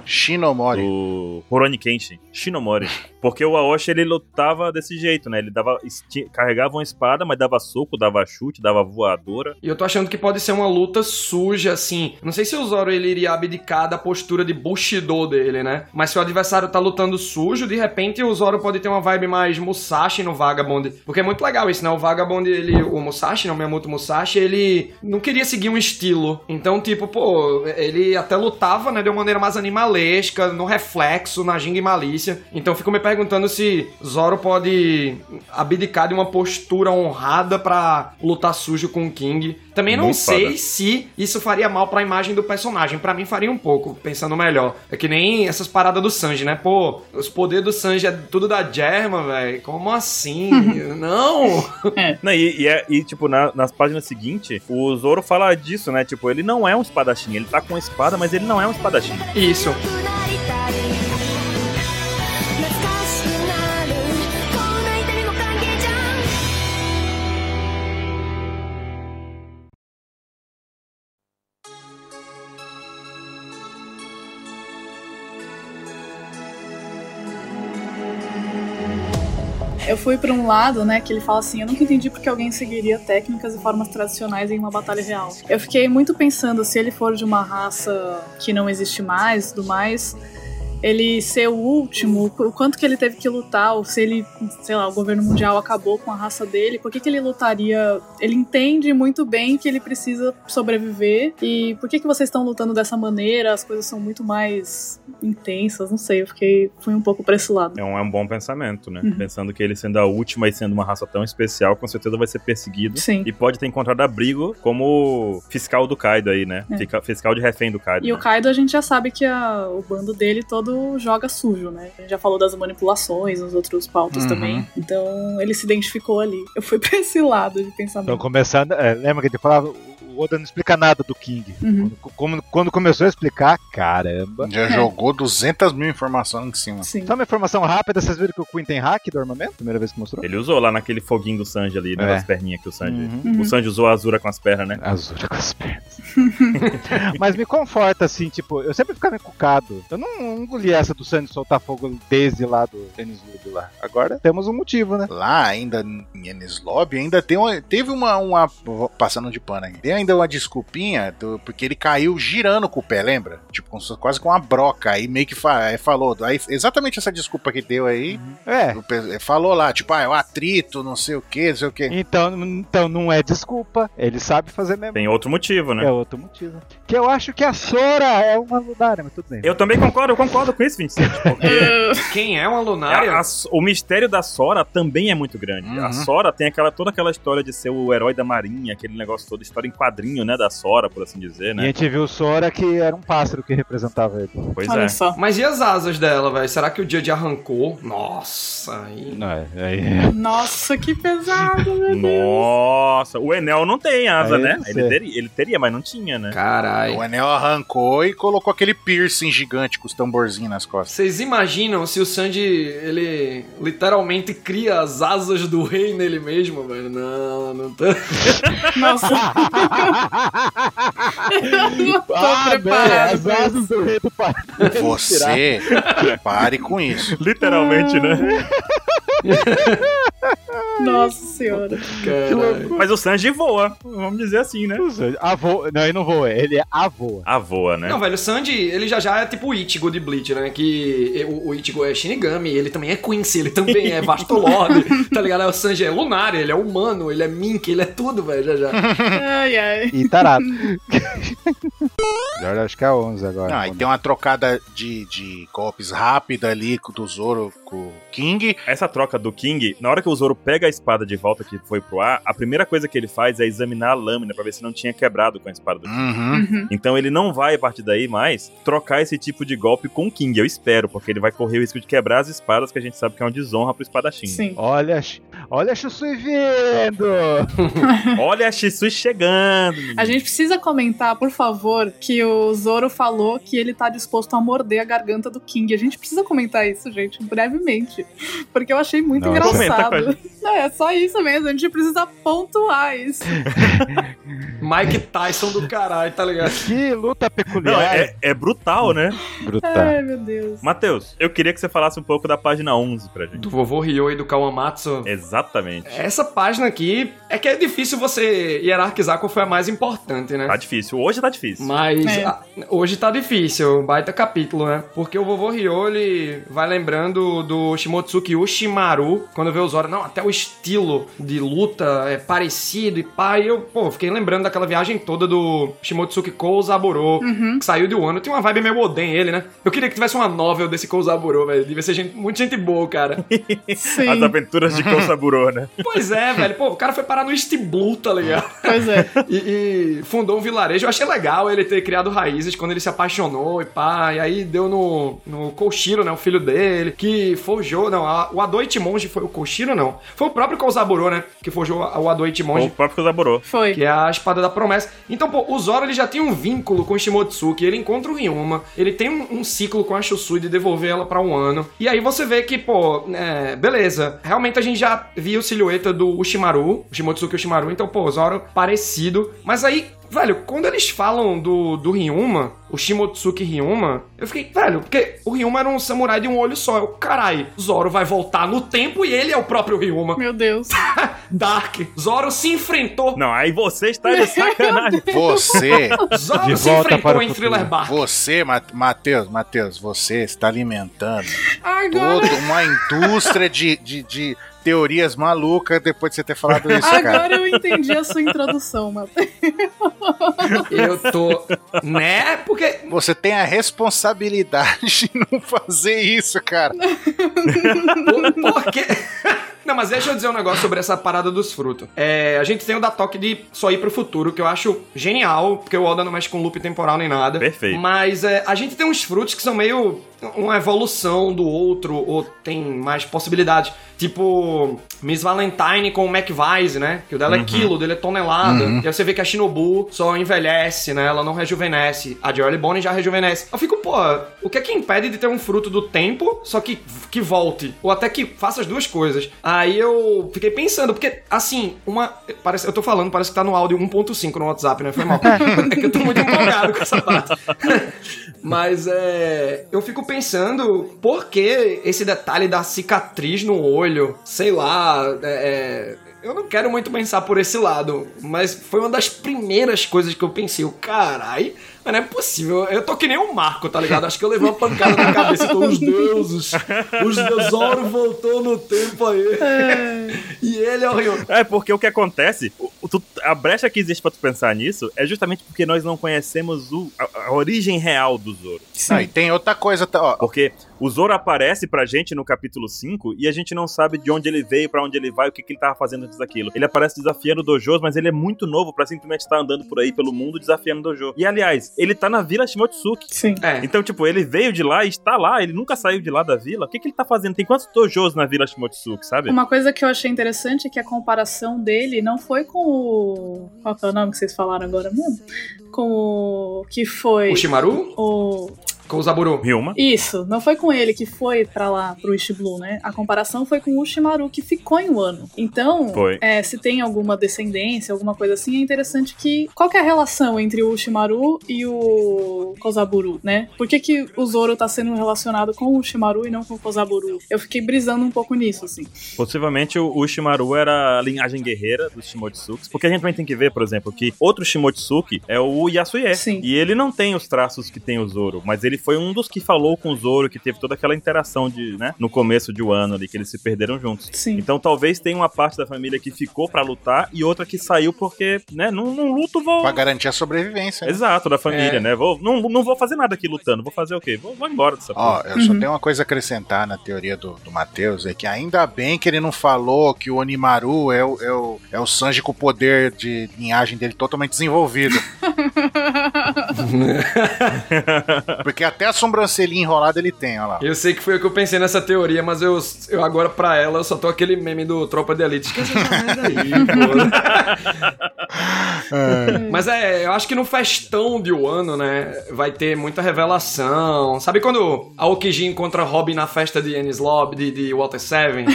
Shinomori.
do Horoni Kenshin, Shinomori. Porque o Aoshi, ele lutava desse jeito, né? Ele dava, esti- carregava uma espada, mas dava soco, dava chute, dava voadora.
E eu tô achando que pode ser uma luta suja, assim. Não sei se o Zoro ele queria abdicar da postura de Bushido dele, né? Mas se o adversário tá lutando sujo, de repente o Zoro pode ter uma vibe mais Musashi no Vagabond. Porque é muito legal isso, né? O Vagabond, ele. O Musashi, não, Miyamoto Musashi, ele não queria seguir um estilo. Então, tipo, pô, ele até lutava, né? De uma maneira mais animalesca, no reflexo, na ginga e malícia. Então, eu fico me perguntando se Zoro pode abdicar de uma postura honrada pra lutar sujo com o King. Também não
Muito
sei
foda.
se isso faria mal pra imagem do personagem. Pra mim faria um pouco, pensando melhor. É que nem essas paradas do Sanji, né? Pô, os poderes do Sanji é tudo da Germa, velho. Como assim? não!
Não, e, e é- e, tipo, na- nas páginas seguintes, o Zoro fala disso, né? Tipo, ele não é um espadachim. Ele tá com espada, mas ele não é um espadachim.
Isso.
なりたい懐かしくなるこの痛みも関係じゃん
Eu fui pra um lado, né, que ele fala assim: eu nunca entendi porque alguém seguiria técnicas e formas tradicionais em uma batalha real. Eu fiquei muito pensando se ele for de uma raça que não existe mais, e tudo mais. Ele ser o último, o quanto que ele teve que lutar, ou se ele, sei lá, o governo mundial acabou com a raça dele, por que, que ele lutaria? Ele entende muito bem que ele precisa sobreviver, e por que, que vocês estão lutando dessa maneira? As coisas são muito mais intensas, não sei, eu fiquei, fui um pouco pra esse lado.
É um, é um bom pensamento, né?
Uhum.
Pensando que ele sendo a última e sendo uma raça tão especial, com certeza vai ser perseguido.
Sim.
E pode ter encontrado abrigo como fiscal do Kaido aí, né?
É.
Fica- fiscal de refém do Kaido.
E
né?
o Kaido a gente já sabe que a- o bando dele todo joga sujo, né? A gente já falou das manipulações, nos outros pautas
Uhum.
também. Então ele se identificou ali. Eu fui pra esse lado de pensamento.
Então começando, é, lembra que ele falava, o Oda não explica nada do King.
Uhum.
Quando, como- quando começou a explicar, caramba.
Já jogou 200 mil informações em cima.
Sim.
Só uma informação rápida, vocês viram que o Queen tem hack do armamento? Primeira vez que mostrou?
Ele usou lá naquele foguinho do Sanji ali, né?
É.
Das perninhas que o Sanji.
Uhum.
Uhum.
O Sanji usou a Azura com as pernas, né?
Azura com as pernas. Mas me conforta, assim, tipo, eu sempre ficava encucado. Eu não, não engoli essa do Sandy soltar fogo desde lá do Tênis Lube lá. Agora temos um motivo, né?
Lá ainda em Enes Lobby, ainda tem uma, teve uma, uma- Passando de pano aqui. Tem ainda uma desculpinha, do- porque ele caiu girando com o pé, lembra? Tipo, como se fosse quase com uma broca. Aí meio que fa- aí falou. Aí, exatamente essa desculpa que deu aí.
É.
o pe- Falou lá, tipo, ah, é o atrito, não sei o que, não sei o que.
Então, então não é desculpa. Ele sabe fazer mesmo.
Tem outro motivo, né?
É outro motivo. Que eu acho que a Sora é uma lunária, mas tudo bem.
Eu também concordo, eu concordo com isso, 27, porque
Ah,
Quem é uma lunária?
a- a- o mistério da Sora também é muito grande. A
Uhum.
Sora tem aquela, toda aquela história de ser o herói da marinha, aquele negócio todo, história em quadrinho, né, da Sora, por assim dizer,
E a
né?
gente viu o Sora que era um pássaro que representava ele.
Pois
Olha
é.
só.
Mas e as asas dela, velho? Será que o Judge arrancou? Nossa, aí.
Não, é, é,
Nossa, que pesado, meu Deus.
Nossa, o Enel não tem asa,
Aí
né?
não sei.
Ele teria, ele teria, mas não tinha, né?
O
Caralho.
anel arrancou e colocou aquele piercing gigante com os tamborzinhos nas costas.
Vocês imaginam se o Sanji, ele literalmente cria as asas do rei nele mesmo, velho? Não, não tô...
Nossa. Eu não tô
Ah,
preparado
as
pra isso.
asas do rei do pai. é
Você, pare com isso.
Literalmente, né?
Nossa senhora.
É.
Caralho.
Mas o Sanji voa, vamos dizer assim, né?
Avô, não, ele não voa, ele é avô.
Ah, voa, né?
Não, velho, o Sanji, ele já já é tipo o Ichigo de Bleach, né? Que o, o Ichigo é Shinigami, ele também é Quincy, ele também é Vastolord, tá ligado? Aí O Sanji é Lunar, ele é humano, ele é Mink, ele é tudo, velho, já já.
Ai, ai.
E tarado. Melhor, acho que é 11 agora.
Ah, e tem uma trocada de, de golpes rápida ali com- do Zoro com o King.
Essa troca do King, na hora que o Zoro pega a espada de volta que foi pro ar, a primeira coisa que ele faz é examinar a lâmina pra ver se não tinha quebrado com a espada do King.
Uhum.
Então ele não vai, a partir daí mais, trocar esse tipo de golpe com o King, eu espero, porque ele vai correr o risco de quebrar as espadas, que a gente sabe que é uma desonra pro espadachim.
Sim.
Olha, olha a Chusui vindo!
Olha a Shisui chegando! menino.
A gente precisa comentar, por favor, que o Zoro falou que ele tá disposto a morder a garganta do King. A gente precisa comentar isso, gente, brevemente. Porque eu achei muito
Não,
comenta com a
engraçado. Não, é só isso mesmo, a gente precisa pontuar isso.
Mike Tyson do caralho, tá ligado?
Que luta peculiar.
Não, é, é brutal, né?
Brutal.
Ai, meu Deus.
Matheus, eu queria que você falasse um pouco da página 11 pra gente.
Do vovô Ryo e do Kawamatsu.
Exatamente.
Essa página aqui é que é difícil você hierarquizar qual foi a mais importante, né?
Tá difícil. Hoje tá difícil.
Mas
É.
a- hoje tá difícil, baita capítulo, né? Porque o vovô Ryo, ele vai lembrando do Shimotsuki Ushimaru, quando vê o Zoro, não, até o estilo de luta é parecido e pá, e eu, pô, fiquei lembrando daquela viagem toda do Shimotsuki Kouzaburo, que saiu de Wano, tem uma vibe meio Oden ele, né? Eu queria que tivesse uma novel desse Kouzaburo, velho, devia ser gente, muita gente boa, cara.
As
Sim,
aventuras de Kousaburo, né?
pois é, velho, pô, o cara foi parar no East Blue, tá ligado?
pois é.
E, e fundou um vilarejo. Eu achei legal ele ter criado raízes quando ele se apaixonou e pá. E aí deu no, no Koshiro, né? O filho dele, que forjou. Não, a- o Adoite Monge foi o Koshiro, não. Foi o próprio Kouzaburo, né? Que forjou a- o Adoite
Ou O
Monge.
próprio Kousaburo.
Foi.
Que é a espada da promessa. Então, pô, o Zoro ele já tem um vínculo com o Shimotsuki, ele encontra o Ryuma, ele tem um, um ciclo com a Shusui de devolver ela pra um ano. E aí você vê que, pô, é, beleza. Realmente a gente já viu silhueta do Ushimaru, o Shimotsuki Ushimaru, então, pô, o Zoro parecido. Mas aí, velho, quando eles falam do, do Ryuma, o Shimotsuki Ryuma, eu fiquei, velho, porque o Ryuma era um samurai de um olho só. Eu, carai, Zoro vai voltar no tempo e ele é o próprio Ryuma.
Meu Deus.
Dark, Zoro se enfrentou
Não, aí você está de sacanagem.
Você,
Zoro
De
se
volta para
enfrentou
o
em
futuro.
Thriller Bark.
você, Ma- Matheus, Matheus, você está alimentando
Agora,
toda uma indústria de, de, de teorias malucas depois de você ter falado isso, cara.
agora eu entendi a sua introdução, Matheus.
Eu tô. Né? Porque.
Você tem a responsabilidade de não fazer isso, cara.
Por, por quê? Não, mas deixa eu dizer um negócio sobre essa parada dos frutos. É, a gente tem o da toque de só ir pro futuro, que eu acho genial, porque o Oda não mexe com loop temporal nem nada.
Perfeito.
Mas é, a gente tem uns frutos que são meio uma evolução do outro, ou tem mais possibilidades. Tipo, Miss Valentine com o Mac Vice, né? Que o dela é quilo, o dele é tonelada. E aí você vê que a Shinobu só envelhece, né? Ela não rejuvenesce. A Joelle Bonnie já rejuvenesce. Eu fico, pô, o que é que impede de ter um fruto do tempo, só que, que volte? Ou até que faça as duas coisas. Aí eu fiquei pensando, porque, assim, uma. Parece, eu tô falando, parece que tá no áudio 1.5 no WhatsApp, né? Foi mal. é que eu tô muito empolgado com essa parte. Mas é. Eu fico pensando por que esse detalhe da cicatriz no olho, sei lá. É, é, eu não quero muito pensar por esse lado, mas foi uma das primeiras coisas que eu pensei. Eu, carai, mas não é possível. Eu tô que nem o Marco, tá ligado? Acho que eu levei uma pancada na cabeça. Eu tô, os deuses, os deuses, Zoro voltou no tempo aí. e ele é o Rio.
É, porque o que acontece, o- o- tu- a brecha que existe pra tu pensar nisso é justamente porque nós não conhecemos o- a, a origem real do Zoro.
Não, Ah, e tem outra coisa, tá, ó,
Porque o Zoro aparece pra gente no capítulo 5 e a gente não sabe de onde ele veio, pra onde ele vai, o que, que ele tava fazendo antes daquilo. Ele aparece desafiando dojos, mas ele é muito novo pra simplesmente estar andando por aí pelo mundo desafiando dojo. E aliás, ele tá na Vila Shimotsuki.
Sim.
É.
Então, tipo, ele veio de lá e está lá, ele nunca saiu de lá da vila. O que, que ele tá fazendo? Tem quantos dojos na Vila Shimotsuki, sabe?
Uma coisa que eu achei interessante é que a comparação dele não foi com o. Qual que é o nome que vocês falaram agora mesmo? Com o. Que foi.
O Shimaru
o-
com o Zaburu.
Ryuma.
Isso, não foi com ele que foi pra lá, pro East Blue, né? A comparação foi com o Shimaru, que ficou em Wano. Então,
Foi.
é, se tem alguma descendência, alguma coisa assim, é interessante que. Qual que é a relação entre o Shimaru e o Kozaburu, né? Por que, que o Zoro tá sendo relacionado com o Shimaru e não com o Kozaburu? Eu fiquei brisando um pouco nisso, assim.
Possivelmente o o Shimaru era a linhagem guerreira dos Shimotsukis, porque a gente também tem que ver, por exemplo, que outro Shimotsuki é o Yasuye.
Sim.
E ele não tem os traços que tem o Zoro, mas ele foi um dos que falou com o Zoro, que teve toda aquela interação de, né, no começo de um ano ali, que eles se perderam juntos.
Sim.
Então talvez tenha uma parte da família que ficou pra lutar e outra que saiu porque, né, não, não luto vou...
pra garantir a sobrevivência. né?
Exato, da família,
É.
né? Vou, não, não vou fazer nada aqui lutando, vou fazer o quê? Vou, vou embora dessa
Ó,
porra.
eu só tenho uma coisa a acrescentar na teoria do, do Matheus, é que ainda bem que ele não falou que o Onimaru é o, é o, é o Sanji com o poder de linhagem dele totalmente desenvolvido. Porque até a sobrancelhinha enrolada ele tem, ó lá.
Eu sei que foi o que eu pensei nessa teoria, mas eu, eu agora pra ela eu só tô aquele meme do Tropa de Elite. Esquece essa merda aí, pô. Mas é, eu acho que no festão de Wano, né, vai ter muita revelação. Sabe quando a Okiji encontra Robin na festa de Ennis Lobby, de, de Walter Seven?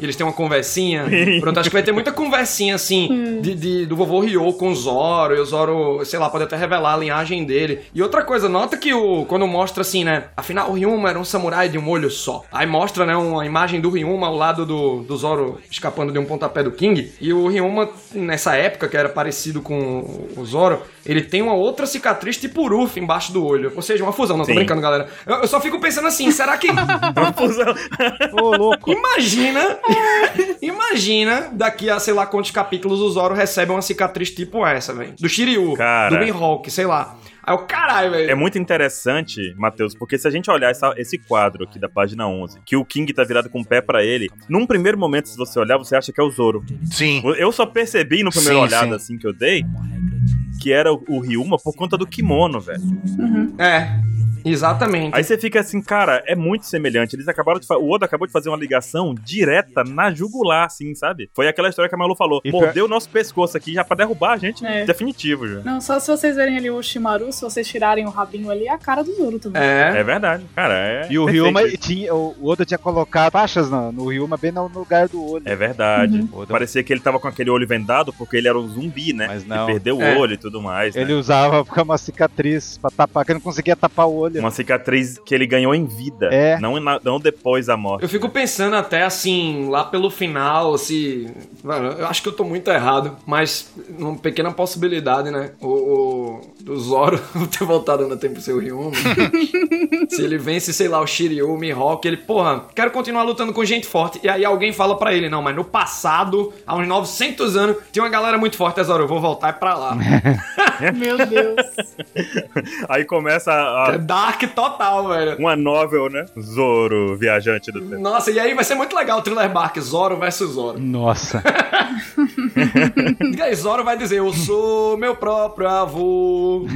E eles têm uma conversinha. Pronto, acho que vai ter muita conversinha, assim, de, de- do vovô Ryo com o Zoro. E o Zoro, sei lá, pode até revelar a linhagem dele. E outra coisa, nota que o quando mostra assim, né? Afinal, o Ryuma era um samurai de um olho só. Aí mostra, né, uma imagem do Ryuma ao lado do, do Zoro escapando de um pontapé do King. E o Ryuma, nessa época, que era parecido com o Zoro, ele tem uma outra cicatriz tipo Uruf embaixo do olho. Ou seja, uma fusão. Não, tô
Sim.
brincando, galera. Eu, eu só fico pensando assim, será que...
Confusão.
Ô, louco.
Imagina, imagina daqui a sei lá quantos capítulos o Zoro recebe uma cicatriz tipo essa, velho. Do Shiryu,
Cara.
do Mihawk, sei lá. Aí o caralho, velho.
É muito interessante, Matheus, porque se a gente olhar essa- esse quadro aqui da página 11, que o King tá virado com o pé pra ele, num primeiro momento, se você olhar, você acha que é o Zoro.
Sim.
Eu só percebi no primeiro
Sim,
olhada
sim.
assim que eu dei que era o, o Ryuma por conta do kimono, velho.
É, exatamente.
Aí você fica assim, cara, é muito semelhante. Eles acabaram de fa- o Oda acabou de fazer uma ligação direta na jugular, assim, sabe? Foi aquela história que a Malu falou.
E
Mordeu o nosso pescoço aqui já pra derrubar a gente,
É.
definitivo, já.
Não, só se vocês verem ali o Shimaru, se vocês tirarem o rabinho ali, é a cara do Zoro também.
É.
É verdade, cara. É
E o
perfeito
Ryuma
isso.
tinha. O o Oda tinha colocado faixas no, no Ryuma bem no no lugar do olho.
É verdade.
O Oda-
Parecia que ele tava com aquele olho vendado porque ele era um zumbi, né?
um Mas não.
E perdeu
É.
o olho e tudo mais. né?
Ele usava pra uma cicatriz pra tapar, que ele não conseguia tapar o olho.
Uma cicatriz que ele ganhou em vida.
É.
Não, na- não depois da morte.
Eu fico pensando até assim, lá pelo final, se. Mano, eu acho que eu tô muito errado, mas uma pequena possibilidade, né? O, o do Zoro ter voltado no tempo seu Ryuma. se ele vence, sei lá, o Shiryu, o Mihawk, ele, porra, quero continuar lutando com gente forte. E aí alguém fala pra ele, não, mas no passado, há uns 900 anos, tinha uma galera muito forte, é Zoro, eu vou voltar pra lá.
Meu Deus.
Aí começa a-
é dark total, velho.
uma novel, né? Zoro, viajante do tempo.
Nossa, e aí vai ser muito legal o Thriller Bark, Zoro versus Zoro.
Nossa.
Guys, Zoro vai dizer, eu sou meu próprio avô.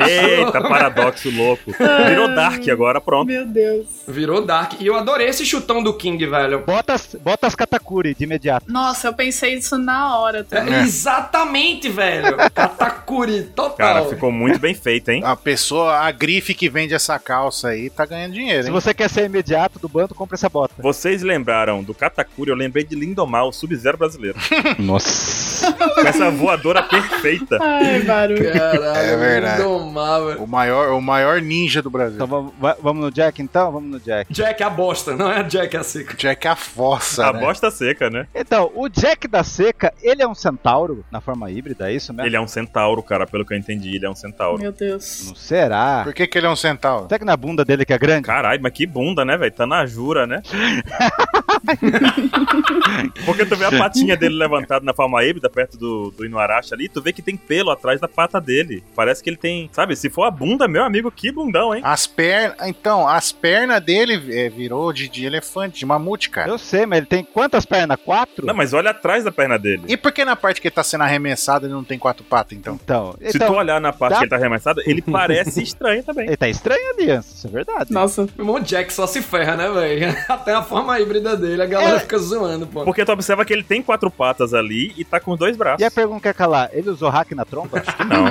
Eu
Eita, paradoxo louco. Virou Dark agora, pronto.
Meu Deus.
sou- Virou Dark. E eu adorei esse chutão do King, velho.
Bota as, bota as katakuri de imediato.
Nossa, eu pensei isso na hora.
É,
Tá?
Exatamente, velho. Katakuri total.
Cara, ficou muito bem feito, hein?
A pessoa, a grife que vende essa calça aí, tá ganhando dinheiro,
Se
hein?
você quer ser imediato do bando, compra essa bota.
Vocês lembraram do Katakuri? Eu lembrei de Lindomar, o Sub-Zero brasileiro.
Nossa.
Com essa voadora perfeita.
Ai, barulho.
Caralho,
É verdade.
domar, velho.
O maior, o maior ninja do Brasil.
Então vamos, va- vamos no Jack então? Vamos no Jack.
Jack é a bosta, não é Jack a seca.
Jack é a fossa,
A
né?
bosta seca, né?
Então, o Jack da Seca, ele é um centauro na forma híbrida, é isso mesmo?
Ele é um centauro, cara, pelo que eu entendi, ele é um centauro.
Meu Deus.
Não será?
Por que, que ele é um centauro?
Será que na bunda dele que é grande?
Caralho, mas que bunda, né, velho? Tá na jura, né? Porque tu vê a patinha dele levantada na forma híbrida, perto do, do Inuarashi ali, tu vê que tem pelo atrás da pata dele. Parece que ele tem, sabe? Se for a bunda, meu amigo, que bundão, hein?
As pernas. Então, as pernas dele é, virou de, de elefante, de mamute, cara.
Eu sei, mas ele tem quantas pernas? Quatro?
Não, mas olha atrás da perna dele.
E por que na parte que ele tá sendo arremessado ele não tem quatro patas, então?
Então,
Se
então
tu olhar na parte
dá-
que ele tá arremessado, ele parece estranho também.
ele tá estranho ali, Anson, isso é verdade.
Nossa.
Meu irmão Um Jack só se ferra, né, velho? Até a forma híbrida dele, a galera
É.
fica zoando, pô.
Porque tu observa que ele tem quatro patas ali e tá com dois braços.
E a pergunta que é calar, ele usou hack na tromba?
Acho que não.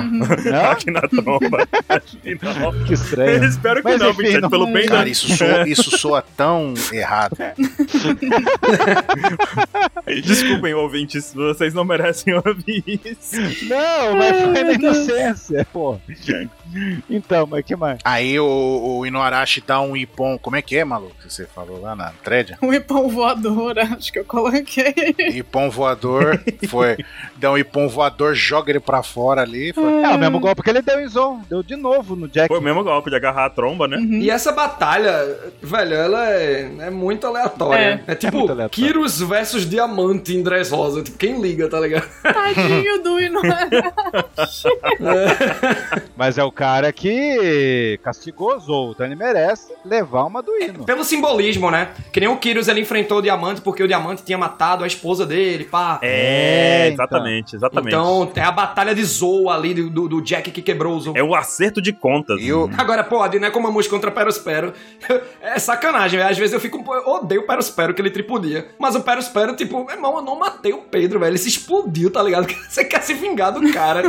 Não?
Aqui na tromba. Acho que não.
Que
Eu
estranho.
espero que
Mas
não,
enfim,
Vincent,
não- é.
pelo bem da...
Cara, isso soa, isso soa tão errado.
Desculpem, ouvintes, vocês não merecem ouvir isso.
Não, mas foi na inocência, pô. Então, mas que mais?
Aí o, o Inuarashi dá um ipom. Como é que é, maluco? que Você falou lá na thread?
Um ipão voador, acho que eu coloquei.
Ipom voador. Foi. Dá um ipom voador, joga ele pra fora ali. Foi.
É o mesmo golpe que ele deu em Zon, deu de novo no Jack.
Foi o mesmo golpe de agarrar a tromba, né?
E essa batalha, velho, ela é, é muito aleatória. É, tipo
muito aleatória.
Kyrus versus Diamante em Dress Rosa. Tipo, quem liga, tá ligado?
Tadinho do Inuarashi.
Mas é o cara que castigou o Zou, então ele merece levar uma do hino.
Pelo simbolismo, né? Que nem o Kyrus, ele enfrentou o Diamante porque o Diamante tinha matado a esposa dele, pá.
É,
É,
exatamente, exatamente.
Então, é a batalha de Zou ali, do, do- do Jack que quebrou o Zou.
É um acerto de contas.
E o,
Agora, pô, não é como a música contra Perospero. É sacanagem, velho. Às vezes eu fico. pô, Eu odeio o Perospero que ele tripudia. Mas o Perospero, tipo, meu irmão, eu não matei o Pedro, velho. Ele se explodiu, tá ligado? Você quer se vingar do cara.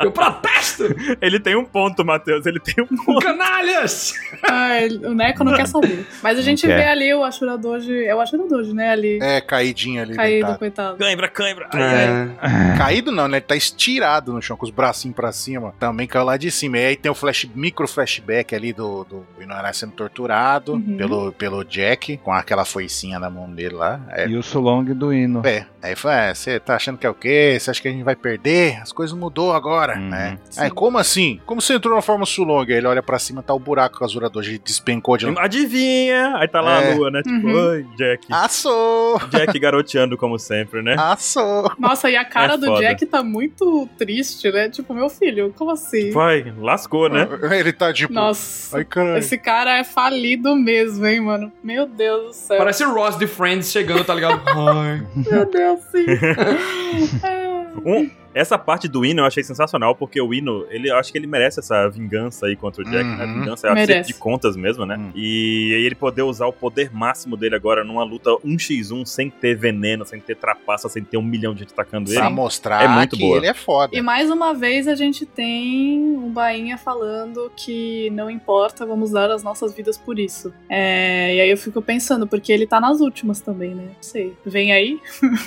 eu protesto! gosto!
Ele tem um ponto, Matheus. Ele tem um ponto.
Canalhas!
Ah, ele- o Neko não quer saber. Mas a gente
quer.
vê ali o Ashuradoji. É o Ashuradoji, né? Ali,
É, caidinho ali.
caído,
deitado.
coitado.
Cãibra, cãibra. Ai, ai.
É.
Caído não, né? Ele tá estirado no chão, com os bracinhos pra cima. Também caiu lá de cima. E aí tem o flash, micro flashback ali do, do Inorai sendo torturado
Uhum.
pelo, pelo Jack, com aquela foicinha na mão dele lá. É.
E o Sulong do hino.
É, aí foi, é, você tá achando que é o quê? Você acha que a gente vai perder? As coisas mudou agora,
Uhum.
né?
Sim.
Aí, como assim? Como você entrou na forma Sulong? Aí ele olha pra cima, tá o buraco que o Azurador despencou de lá.
Adivinha? Aí tá lá
É.
a lua, né? Tipo,
Uhum.
ai, Jack.
Assou!
Jack garoteando como sempre, né?
Assou!
Nossa, e a cara
É
do
foda.
Jack tá muito triste, né? Tipo, meu filho, como assim?
Vai, lascou, né?
Ele tá tipo.
Nossa,
Ai, caralho.
esse cara é falido mesmo, hein, mano? Meu Deus do céu.
Parece o Ross de Friends chegando, tá ligado? Ai.
Meu Deus, sim. É.
Um- essa parte do Ino eu achei sensacional, porque o Ino, ele eu acho que ele merece essa vingança aí contra o Jack, né?
Uhum.
Vingança é a
Merece.
de contas mesmo, né?
Hum.
E aí ele poder usar o poder máximo dele agora numa luta 1x1 sem ter veneno, sem ter trapaça, sem ter um milhão de gente atacando ele.
Pra mostrar
É muito
que
boa.
ele é foda.
E mais uma vez a gente tem um Bainha falando que não importa, vamos dar as nossas vidas por isso. É, e aí eu fico pensando, porque ele tá nas últimas também, né? Não sei. Vem aí?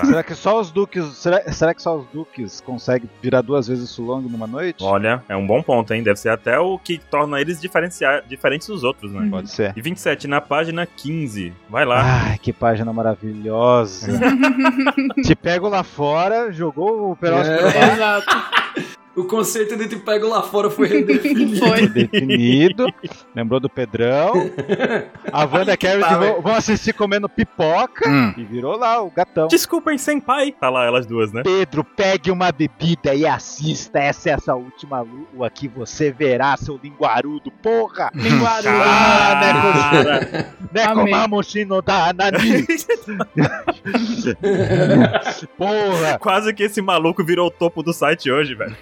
Será que só os duques. Será, será que só os duques conseguem virar duas vezes o Sulong numa noite?
Olha, é um bom ponto, hein? Deve ser até o que torna eles diferenciar, diferentes dos outros, né?
Uhum.
Pode ser.
E 27, na página 15. Vai lá.
Ai, que página maravilhosa. Te pego lá fora, jogou o Peróxido pra
É.
baixo,
Exato.
O conceito de te pego lá fora foi redefinido.
Foi.
definido. Lembrou do Pedrão. A Wanda e a Carrie
tá,
vão, vão assistir comendo pipoca.
Hum.
E virou lá o gatão.
Desculpem, sem pai. Tá lá elas duas, né?
Pedro, pegue uma bebida e assista. Essa é essa última lua que você verá, seu linguarudo, porra!
Linguarudo.
Ah, né,
Cara,
Neko
Hum, Amei.
Mamushino da Anani! porra!
Quase que esse maluco virou o topo do site hoje, velho.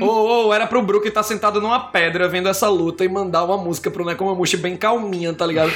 Ou ou, era pro Brook estar sentado numa pedra vendo essa luta e mandar uma música pro Nekomamushi bem calminha, tá ligado?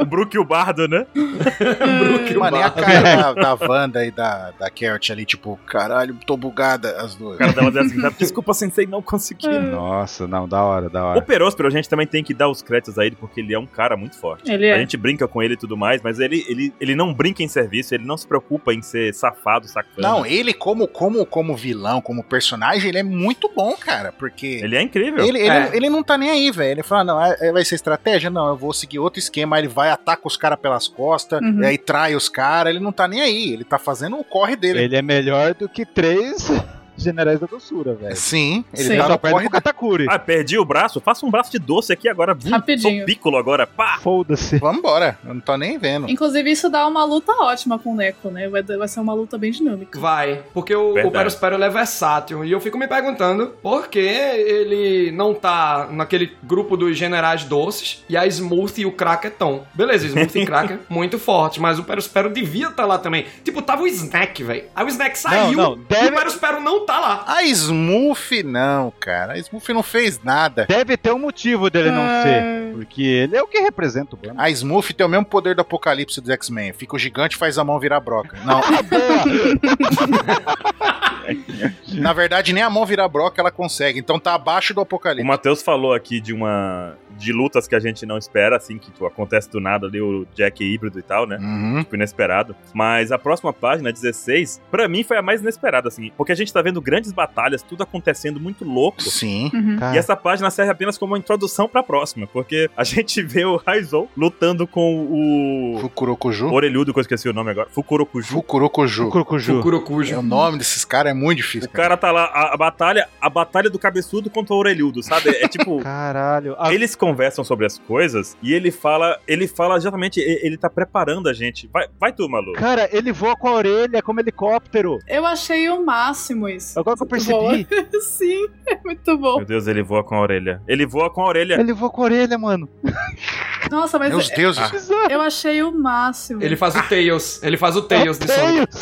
O Brook e o Bardo, né?
Brook, o
Mano, e a
barco.
cara da, da Wanda e da, da Carrot ali, tipo, caralho, tô bugada as duas.
O cara dela diz assim, "Tá, desculpa, sensei, não consegui.
Nossa, não, da hora, da
É.
O Peróspero, a gente também tem que dar os créditos a ele, porque ele é um cara muito forte.
Ele
A
é.
gente brinca com ele e tudo mais, mas ele, ele, ele não brinca em serviço, ele não se preocupa em ser safado, sacana.
Não, ele como, como, como vilão, como personagem, ele é muito bom, cara, porque...
Ele é incrível.
Ele, ele,
É.
ele não tá nem aí, velho. Ele fala, não, é- é- vai ser estratégia? Não, eu vou seguir outro esquema. Aí ele vai, ataca os caras pelas costas,
Uhum.
e aí trai os caras. Ele não tá nem aí. Ele tá fazendo o corre dele.
Ele é melhor do que três generais da doçura, velho.
Sim, ele
Sim.
tá
Só
no
perde
corre
pro
dele.
Katakuri.
Ah, perdi o braço, faça um braço de doce aqui agora. Bum,
Rapidinho.
Sou piccolo agora,
Ah.
pá!
Foda-se.
Vambora, eu não tô nem vendo.
Inclusive, isso dá uma luta ótima com o Neko, né? Vai, vai ser uma luta bem dinâmica.
Vai, porque o,
Verdade.
o Perospero ele é versátil. E eu fico me perguntando por que ele não tá naquele grupo dos generais doces e a Smooth e o Cracker estão. Beleza, Smooth e Cracker, muito forte, mas o Perospero devia estar tá lá também. Tipo, tava o Snack, velho. Aí o Snack saiu
não, deve-
e o Perospero não tá lá.
A Smurf não, cara. A Smurf não fez nada.
Deve ter um motivo dele não
Ah.
ser. Porque ele é o que representa o bando.
A Smurf tem o mesmo poder do apocalipse dos X-Men. Fica o gigante faz a mão virar broca. Não,
Ah,
na verdade, nem a mão virar broca ela consegue. Então tá abaixo do
O
apocalipse.
Matheus falou aqui de uma. de lutas que a gente não espera, assim, que tipo, acontece do nada ali, o Jack híbrido e tal, né?
Uhum.
tipo, inesperado. Mas a próxima página, 16, pra mim foi a mais inesperada, assim. Porque a gente tá vendo grandes batalhas, tudo acontecendo muito louco.
Sim.
Uhum.
Cara,
E essa página serve apenas como uma introdução pra próxima, porque a gente vê o Raizou lutando com o.
Fukurokuju.
Orelhudo, que eu esqueci o nome agora. Fukurokuju.
o
Fukurokuju.
Curucuju.
É, O
Cucurucujo.
nome desses caras é muito
O
difícil. cara.
cara tá lá, a, a batalha, a batalha do cabeçudo contra o orelhudo, sabe? É tipo,
Caralho. A-
Eles conversam sobre as coisas e ele fala, ele fala exatamente, e- ele tá preparando a gente. Vai, vai tu, maluco.
Cara, ele voa com a orelha é como helicóptero.
Eu achei o máximo isso.
Agora que eu percebi.
Sim, é muito bom.
É.
Meu Deus, ele voa com a orelha. Ele voa com a orelha.
Ele voa com a orelha, mano.
Nossa, mas
Meus deuses.
Ah.
eu achei o máximo.
Ele faz o Tails. Ele faz o Tails de Sonic.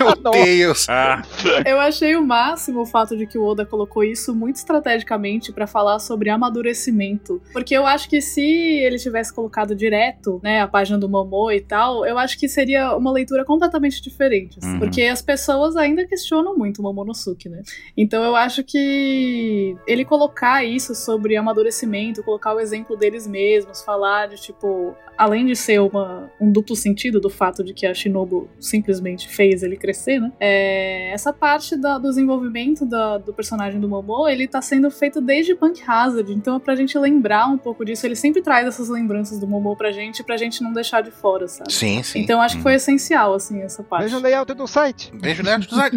Meu Deus.
Ah,
Eu achei o máximo o fato de que o Oda colocou isso muito estrategicamente pra falar sobre amadurecimento. Porque eu acho que se ele tivesse colocado direto, né, a página do Momô e tal, eu acho que seria uma leitura completamente diferente. assim.
Uhum.
Porque as pessoas ainda questionam muito o Momonosuke, né? Então eu acho que ele colocar isso sobre amadurecimento, colocar o exemplo deles mesmos, falar de tipo, além de ser uma, um duplo sentido do fato de que a Shinobu simplesmente fez ele crescer, né? É, essa parte da- do desenvolvimento da- do personagem do Momo, ele tá sendo feito desde Punk Hazard, então é pra gente lembrar um pouco disso. Ele sempre traz essas lembranças do Momo pra gente, pra gente não deixar de fora, sabe?
Sim, sim. Uhum.
Então acho que foi essencial, assim, essa parte.
Veja o layout do site.
Beijo, Nerd do Zag.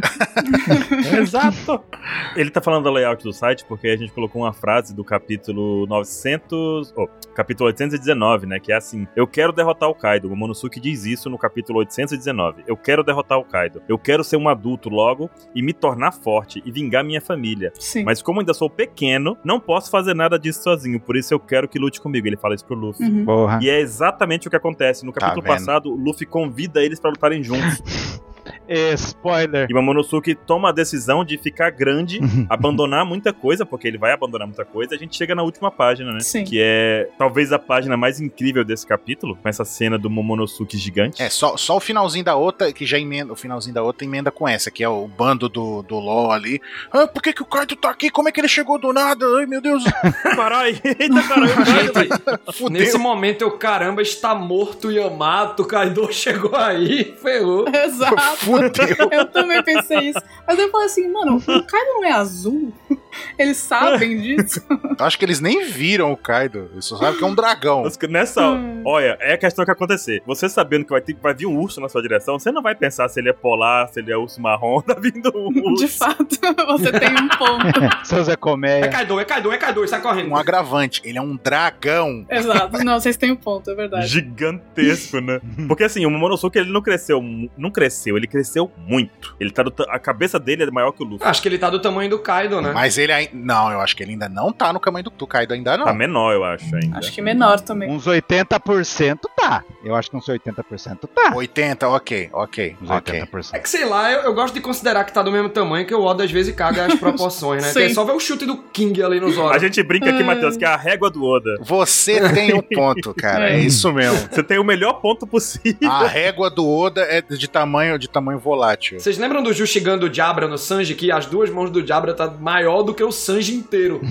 exato. Ele tá falando do layout do site porque a gente colocou uma frase do capítulo 900, oh, capítulo 819, né, que é assim: "Eu quero derrotar o Kaido". O Momonosuke diz isso no capítulo 819. "Eu quero derrotar o Kaido. Eu quero ser um adulto logo e me tornar forte e vingar minha família.
Sim.
Mas como ainda sou pequeno, não posso fazer nada disso sozinho, por isso eu quero que lute comigo". Ele fala isso pro Luffy.
Uhum.
Porra.
E é exatamente o que acontece. No
Tá
capítulo
vendo?
passado, o Luffy convida eles pra lutarem juntos.
é-
Spoiler.
E Momonosuke toma a decisão de ficar grande, abandonar muita coisa, porque ele vai abandonar muita coisa. A gente chega na última página, né?
Sim.
Que é talvez a página mais incrível desse capítulo, com essa cena do Momonosuke gigante.
É, só, só o finalzinho da outra, que já emenda, o finalzinho da outra emenda com essa, que é o bando do, do LOL ali. Ah, por que, que o Kaido tá aqui? Como é que ele chegou do nada? Ai, meu Deus,
Caralho! Eita, caralho!
Gente,
fudeu.
nesse momento eu, caramba, está morto Yamato, Kaido chegou aí, ferrou.
Exato.
Fudeu.
Eu também pensei isso. Mas eu falei assim, mano, o Kaido não é azul? Eles sabem disso?
Acho que eles nem viram o Kaido. Eles só sabem que é um dragão.
Mas que Nessa,
Hum.
olha, é a questão que acontecer. Você sabendo que vai, ter, vai vir um urso na sua direção, você não vai pensar se ele é polar, se ele é urso marrom, tá vindo um urso.
De fato, você tem um ponto.
Seu Zé
É
Colmeia.
Kaido, é Kaido, é Kaido, sai correndo.
Um agravante. Ele é um dragão.
Exato. Não, vocês têm um ponto, é verdade.
Gigantesco, né? Porque assim, o Momonosuke ele não cresceu, mu- não cresceu, ele cresceu muito. Ele tá do ta- a cabeça dele é maior que o Luffy.
Acho que ele tá do tamanho do Kaido, né?
Mas ele ainda. Não, eu acho que ele ainda não tá no caminho do, do Kaido, ainda não.
Tá menor, eu acho ainda.
Acho que menor também.
Uns 80% tá. Eu acho que uns 80%
Ah.
tá.
80, ok, ok,
Uns
ok.
80%.
É que sei lá, eu, eu gosto de considerar que tá do mesmo tamanho que o Oda às vezes caga as proporções, né?
Sim.
É só ver o chute do King ali nos
A
olhos.
gente brinca aqui,
Hum.
Matheus, que é a régua do Oda.
Você tem um ponto, cara. É
É.
isso mesmo.
Você tem o melhor ponto possível.
A régua do Oda é de tamanho, de tamanho volátil.
Vocês lembram do Jushigan do Jabra no Sanji? Que as duas mãos do Jabra tá maior do que o Sanji inteiro.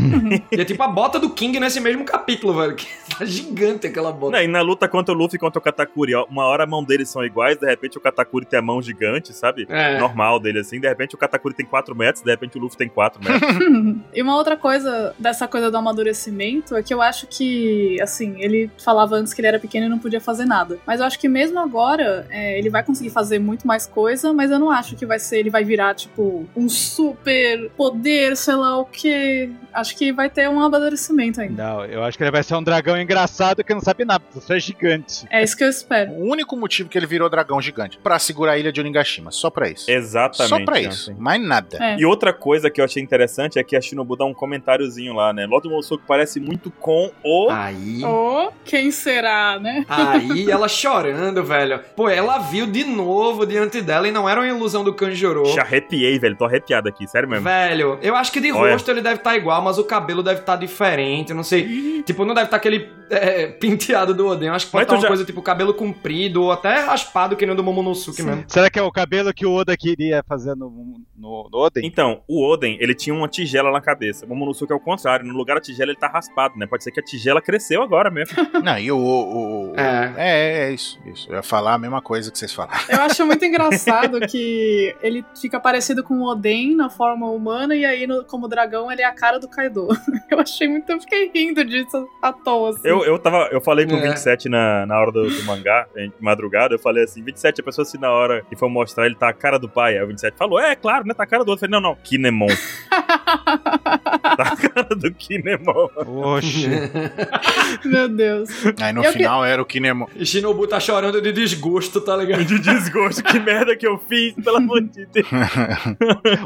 e é tipo a bota do King nesse mesmo capítulo, velho. Que tá gigante aquela bota.
Não, é e na luta contra o Luffy e contra o Katakuri, ó, uma hora a mão deles são iguais, de repente o Katakuri tem a mão gigante, sabe?
É.
Normal dele, assim. De repente o Katakuri tem 4 metros, de repente o Luffy tem 4 metros.
E uma outra coisa dessa coisa do amadurecimento é que eu acho que, assim, ele falava antes que ele era pequeno e não podia fazer nada. Mas eu acho que mesmo agora é, ele vai conseguir fazer muito mais coisa, mas eu não acho que vai ser, ele vai virar, tipo, um super poder, sei lá o quê. Acho que vai ter um amadurecimento ainda.
Não, eu acho que ele vai ser um dragão engraçado que não sabe nada. Você é gigante.
É isso que eu espero.
O único motivo que ele virou dragão gigante pra segurar a ilha de Onigashima, só pra isso.
Exatamente.
Só pra
né?
assim.
isso, mais nada.
É.
E outra coisa que eu achei interessante é que a Shinobu dá um comentáriozinho lá, né? Lord Momonosuke parece muito com o...
Ah.
Aí.
Oh, quem será, né?
Aí ela chorando, velho. Pô, ela viu de novo diante dela e não era uma ilusão do Kanjuro.
Te arrepiei, velho. Tô arrepiado aqui, sério mesmo.
Velho, eu acho que de
Olha.
rosto ele deve estar igual, mas o cabelo deve estar diferente, não sei. tipo, não deve estar aquele é, penteado do Oden. Eu acho que pode
Mas tu
estar uma
já-
coisa tipo cabelo comprido ou até raspado que nem o do Momonosuke
Sim.
mesmo.
Será que é o cabelo que o Oda queria fazer no, no, no Oden?
Então, o Oden, ele tinha uma tigela na cabeça. O Momonosuke é o contrário. No lugar da tigela, ele tá raspado, né? Pode ser que a tigela cresceu agora mesmo.
É.
Não, e o. o- o-
É.
É, é isso, isso. Eu ia falar a mesma coisa que vocês falaram.
Eu acho muito engraçado que ele fica parecido com o Oden na forma humana e aí no- como dragão ele é a cara do Kaido. Eu achei muito, eu fiquei rindo disso à toa assim.
Eu, eu tava... Eu falei com o
É.
27 na, na hora do, do mangá, em madrugada. Eu falei assim, 27, a pessoa assim, na hora que foi mostrar, ele tá a cara do pai. Aí o 27 falou, é, claro, né? Tá a cara do outro. Eu falei, não, não. Kinemon. tá a cara do Kinemon.
Oxe.
Meu Deus.
Aí no
Eu que-
final era o Kinemon.
E Shinobu tá chorando de desgosto, tá ligado?
De desgosto, que merda que eu fiz, pelo amor de Deus.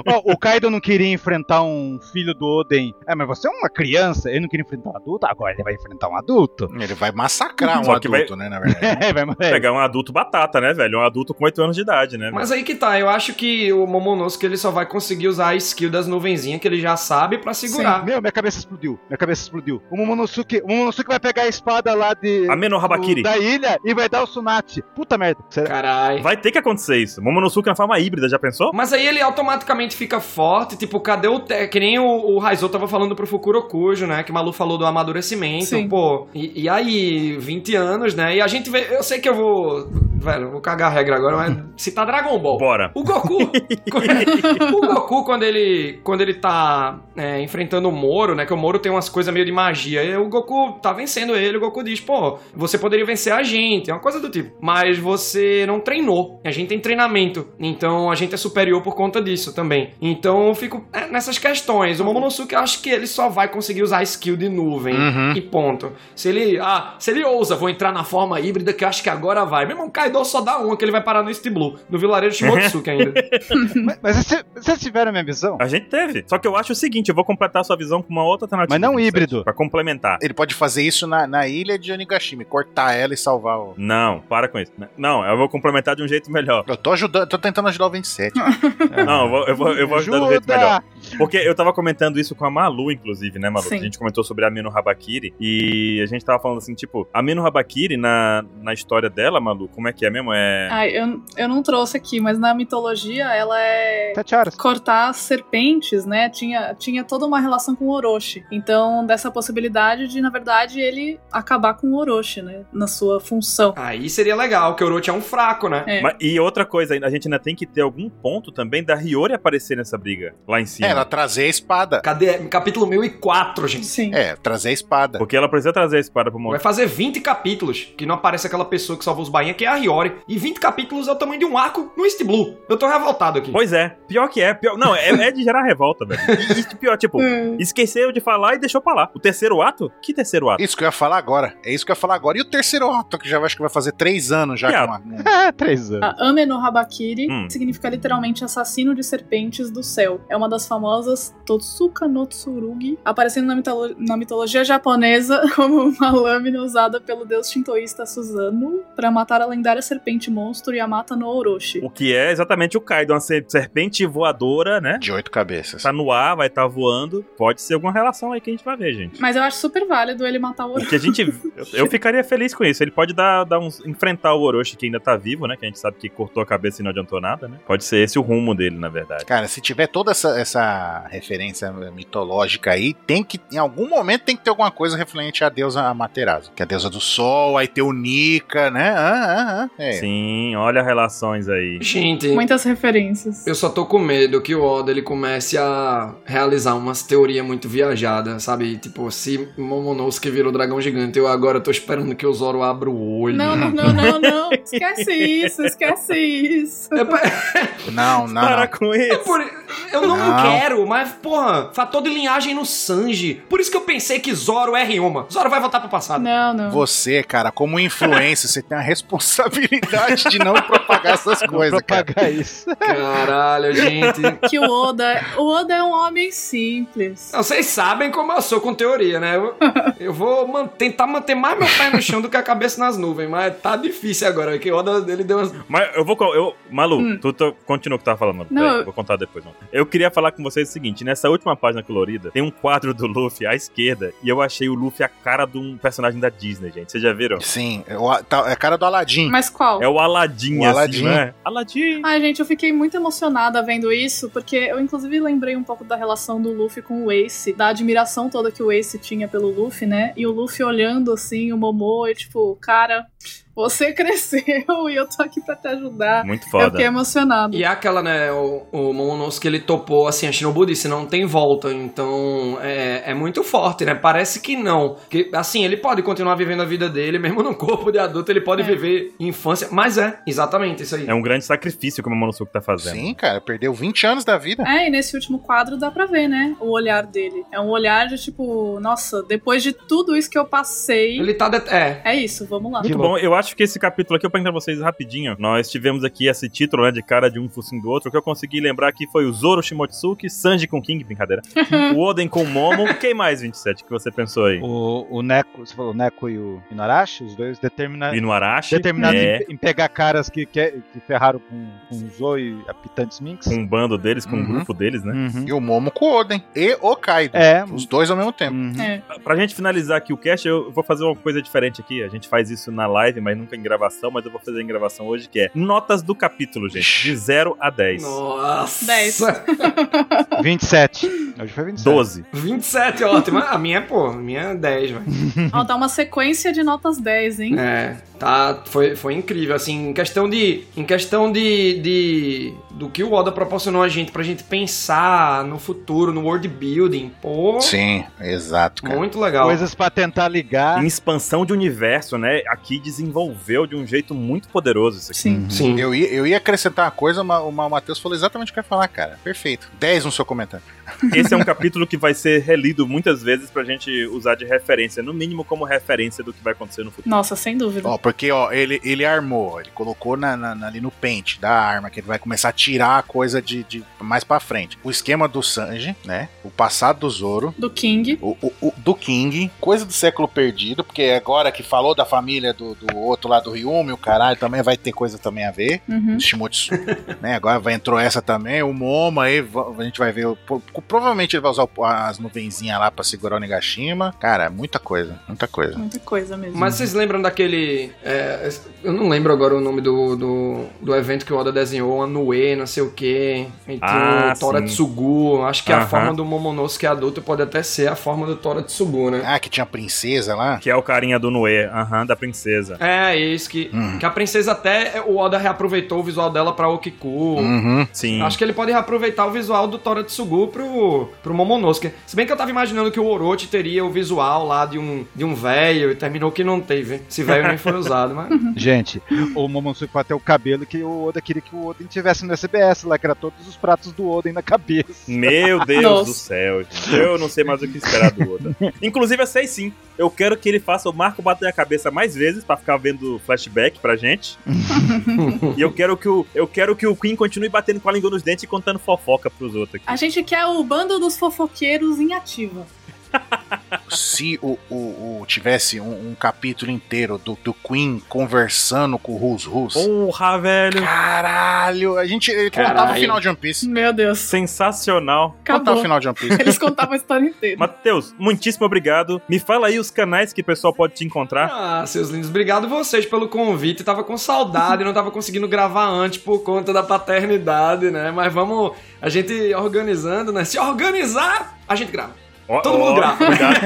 Ó, o Kaido não queria enfrentar um filho do Oden. É, mas você é uma criança, ele não queria enfrentar um adulto, agora ele vai enfrentar um adulto.
Ele vai massacrar um
Só que
adulto, né, na verdade.
É, vai morrer.
Pegar um adulto batata, né, velho? Um adulto com 8 anos de idade, né?
Mas aí que tá, eu acho que o Momonosuke ele só vai conseguir usar a skill das nuvenzinhas que ele já sabe pra segurar.
Meu, minha cabeça explodiu. Minha cabeça explodiu. O Momonosuke, o Momonosuke vai pegar a espada lá de.
velho? Ameno Habakiri.
do- da ilha e vai dar o Sunat. Puta merda. Será?
Carai.
Vai ter que acontecer isso. Momonosuke na forma híbrida, já pensou?
Mas aí ele automaticamente fica forte, tipo, cadê o te... Que nem o, o Raizou tava falando pro Fukuro Kujo, né? Que o Malu falou do amadurecimento,
Sim.
pô. E, e aí, 20 anos, né? E a gente vê. Eu sei que eu vou. Velho, eu vou cagar a regra agora, mas citar Dragon Ball.
Bora.
O Goku, o Goku quando ele quando ele tá é, enfrentando o Moro, né? Que o Moro tem umas coisas meio de magia. E o Goku tá vencendo ele. O Goku diz, pô, você poderia vencer a gente, é uma coisa do tipo. Mas você não treinou. A gente tem treinamento, então a gente é superior por conta disso também. Então eu fico é, nessas questões. O Momonosuke eu acho que ele só vai conseguir usar a skill de nuvem
Uhum.
e ponto. Se ele, ah, se ele ousa, vou entrar na forma híbrida que eu acho que agora vai. Meu irmão, Kaido só dá uma que ele vai parar no East Blue, no vilarejo Shimotsuki ainda.
Mas, mas vocês- vocês tiveram a minha visão?
A gente teve. Só que eu acho o seguinte, eu vou completar a sua visão com uma outra alternativa.
Mas não
Vicente,
híbrido.
Pra complementar.
Ele pode fazer isso na, na ilha de Onigashimi, cortar ela e salvar o.
Não, para com isso. Não, eu vou complementar de um jeito melhor.
Eu tô ajudando, tô tentando ajudar o 27.
Não, eu vou, eu vou, eu vou ajudar de um jeito melhor. Porque eu tava comentando isso com a Malu, inclusive, né, Malu?
Sim.
A gente comentou sobre a Mino Habakiri e a gente tava falando assim, tipo, a Mino Habakiri na, na história dela, Malu, como é que é mesmo? É.
Ai, eu, eu não trouxe aqui, mas na mitologia ela é
Sete horas.
cortar serpentes, né? Tinha, tinha toda uma relação com o Orochi. Então, dessa possibilidade de, na verdade, ele acabar com o Orochi, né? Na sua função.
Aí seria legal, que o Orochi é um fraco, né?
É.
Ma- e outra coisa, ainda, a gente ainda tem que ter algum ponto também da Hiyori aparecer nessa briga lá em
É,
cima.
ela trazer a espada.
Cadê? Capítulo 1004, gente.
Sim.
É, trazer a espada.
Porque ela precisa trazer a espada pro
Vai
Momonosuke.
fazer 20 capítulos que não aparece aquela pessoa que salva os bainha, que é a Hiyori. E 20 capítulos é o tamanho de um arco no East Blue. Eu tô revoltado aqui.
Pois é, pior que é. Pior... Não, é, é de gerar revolta, velho. E, e pior, tipo,
Hum.
esqueceu de falar e deixou pra lá. O terceiro ato? Que terceiro ato?
Isso que eu ia falar agora. É isso que eu ia falar agora. E o terceiro ato, que já acho que vai fazer três anos já
Que
com um a.
É, três
Ah,
anos.
A Ameno Habakiri
Hum.
significa literalmente assassino de serpentes do céu. É uma das famosas Totsuka no Tsurugi, aparecendo na, mitolo- na mitologia japonesa como uma lâmina usada pelo deus shintoísta Suzano para matar a lendária serpente monstro Yamata no Orochi.
O que é exatamente o Kaido, uma ser- serpente voadora, né?
De oito cabeças.
Tá no ar, vai estar tá voando. Pode ser alguma relação aí que a gente vai ver, gente.
Mas eu acho super válido ele matar o
O
Orochi.
que a gente. eu- Eu ficaria feliz com isso. Ele pode dar, dar uns. enfrentar o Orochi que ainda tá vivo, né? Que a gente sabe que cortou a cabeça e não adiantou nada, né? Pode ser esse o rumo dele, na verdade.
Cara, se tiver toda essa, essa referência mitológica aí, tem que. Em algum momento tem que ter alguma coisa referente à deusa Materazo. Que é a deusa do sol, aí tem o Nika, né? Ah, ah, ah. É.
Sim, olha relações aí.
Gente,
Muitas referências.
Eu só tô com medo que o Oda ele comece a realizar umas teorias muito viajadas, sabe? Tipo, se Momonosuke virou dragão gigante, eu agora tô esperando que o Zoro abra o olho.
Não, não, não, não, não. Esquece isso, esquece isso.
É pa-
Não, não,
Para
não.
com
é
isso!
por- Eu não,
Não.
quero, mas, porra, fator de linhagem no Sanji. Por isso que eu pensei que Zoro é Ryoma. Zoro vai voltar pro passado.
Não, não.
Você, cara, como influencer, você tem a responsabilidade de não propagar essas coisas, cara.
Propagar isso.
Caralho, gente.
Que o Oda, o Oda é um homem simples.
Ah.
Não, vocês sabem como eu sou com teoria, né? Eu, eu vou man- tentar manter mais meu pé no chão do que a cabeça nas nuvens, mas tá difícil agora, que o Oda ele deu umas
Mas eu vou. co- Eu, Malu,
Hum.
tu, tu- continua o que tu tava falando.
Não,
peraí,
eu-
Vou contar depois. Não. Eu queria falar com vocês o seguinte: nessa última página colorida, tem um quadro do Luffy à esquerda. E eu achei o Luffy a cara de um personagem da Disney, gente. Vocês já viram?
Sim, é o- tá- é a cara do Aladim.
Mas qual?
É o Aladim,
O
assim,
Aladdin.
né? Aladim!
Ai, gente, eu fiquei muito emocionada vendo isso, porque eu inclusive lembrei um pouco da relação do Luffy com o Ace, da admiração toda que o Ace tinha pelo Luffy, né? E o Luffy olhando assim, o Momo, e tipo, cara, Você cresceu e eu tô aqui pra te ajudar.
Muito
Eu
foda.
fiquei emocionada.
E é aquela, né, o, o Momonosuke, ele topou, assim, a Shinobu disse, não tem volta, então é, é muito forte, né, parece que não. Que, assim, ele pode continuar vivendo a vida dele, mesmo no corpo de adulto, ele pode
É.
viver infância, mas é, exatamente, isso aí.
É um grande sacrifício que o Momonosuke tá fazendo.
Sim, cara, perdeu 20 anos da vida.
É, e nesse último quadro dá pra ver, né? O olhar dele. É um olhar de tipo, nossa, depois de tudo isso que eu passei.
Ele tá... de- É,
É isso, vamos lá.
Que
Muito bom, eu acho que esse capítulo aqui, eu pergunto pra vocês rapidinho. Nós tivemos aqui esse título, né, de cara de um focinho do outro. O que eu consegui lembrar aqui foi o Zoro Shimotsuki, Sanji com King, brincadeira. o Oden com Momo. Quem mais, 27, que você pensou aí?
O, o Neko, você falou o Neko e o Inarashi, os dois determina,
É.
E no Arashi,
determinados
é,
em, em pegar caras que, que, que ferraram com, com o Zo e a Pitantes Minx.
com o bando deles, com o
Uhum.
grupo deles, né?
Uhum.
E o Momo com o Oden. E o Kaido.
É,
Os dois ao mesmo tempo.
uhum.
É.
Pra gente finalizar aqui o cast, eu vou fazer uma coisa diferente aqui. A gente faz isso na live, mas nunca em gravação, mas eu vou fazer em gravação hoje, que é notas do capítulo, gente. De 0 a 10.
nossa...
Dez.
27. Hoje foi 27.
12.
27, ótimo. A minha, pô, a minha é 10, velho.
Uhum.
Ó, dá uma sequência de notas 10, hein?
É, tá, foi, foi incrível, assim, em questão de, em questão de, de, do que o Oda proporcionou a gente, pra gente pensar no futuro, no world building, pô,
Sim, exato, cara.
muito legal.
Coisas pra tentar ligar.
Em expansão de universo, né? Aqui desenvolveu de um jeito muito poderoso
É.
isso aqui.
Sim.
Sim.
Eu ia, eu ia acrescentar uma coisa, mas o Ma- Matheus falou exatamente o que eu ia falar, cara. Perfeito. 10 no seu comentário.
Esse é um capítulo que vai ser relido muitas vezes pra gente usar de referência, no mínimo como referência do que vai acontecer no futuro.
Nossa, sem dúvida.
Ó, porque ó, ele, ele armou, ó, ele colocou na, na- na- ali no pente da arma, que ele vai começar a tirar a coisa de, de mais pra frente. O esquema do Sanji, né? O passado do Zoro.
Do King.
O, o- o- do King, coisa do século perdido, porque é agora que falou da família do, do outro lá do Ryumi, o caralho, também vai ter coisa também a ver.
Uhum.
Os Shimotsu, né? Agora vai, entrou essa também, o Momo aí, va- a gente vai ver. o- pro- Provavelmente ele vai usar o- as nuvenzinhas lá pra segurar o Negashima. Cara, muita coisa, muita coisa.
Muita coisa mesmo.
Mas vocês lembram daquele. é, eu não lembro agora o nome do, do, do evento que o Oda desenhou, a Noe, não sei o quê. Entre
Ah,
o Tora
sim.
Tsugu. Acho que é a
Aham.
forma do Momonosuke adulto pode até ser a forma do Tora Tsugu, né?
Ah, que tinha a princesa lá.
Que é o carinha do Noé, aham, da princesa.
É, isso que.
Hum.
Que a princesa até o Oda reaproveitou o visual dela pra Okiku.
Uhum.
Sim.
Acho que ele pode reaproveitar o visual do Tora Tsugu pro, pro Momonosuke. Se bem que eu tava imaginando que o Orochi teria o visual lá de um, de um velho e terminou que não teve. Esse velho nem foi usado, mas.
Gente, o Momonosuke vai ter o cabelo que o Oda queria que o Oden tivesse no SBS lá, que era todos os pratos do Oden na cabeça.
Meu Deus
Nossa.
do céu, gente. Eu não sei mais o que esperar do Oda. Inclusive, eu sei sim. Eu quero que ele faça o Marco bater a cabeça mais vezes pra ficar vendo flashback pra gente. e eu quero que o eu quero que o Queen continue batendo com a língua nos dentes e contando fofoca pros outros aqui.
A gente quer o bando dos fofoqueiros em ativa.
Se o, o- o- tivesse um, um capítulo inteiro do, do Queen conversando com o Rus Rus.
Porra, velho.
Caralho! A gente ele contava o
Caralho.
final de One Piece.
Meu Deus. Tá,
Sensacional.
Contava o
Acabou.
final de One Piece.
Eles contavam a história inteira.
Matheus, muitíssimo obrigado. Me fala aí os canais que o pessoal pode te encontrar.
Ah, seus lindos, obrigado vocês pelo convite. Tava com saudade, não tava conseguindo gravar antes por conta da paternidade, né? Mas vamos, a gente organizando, né? Se organizar, a gente grava.
Ó,
todo mundo
ó,
grava.
cuidado.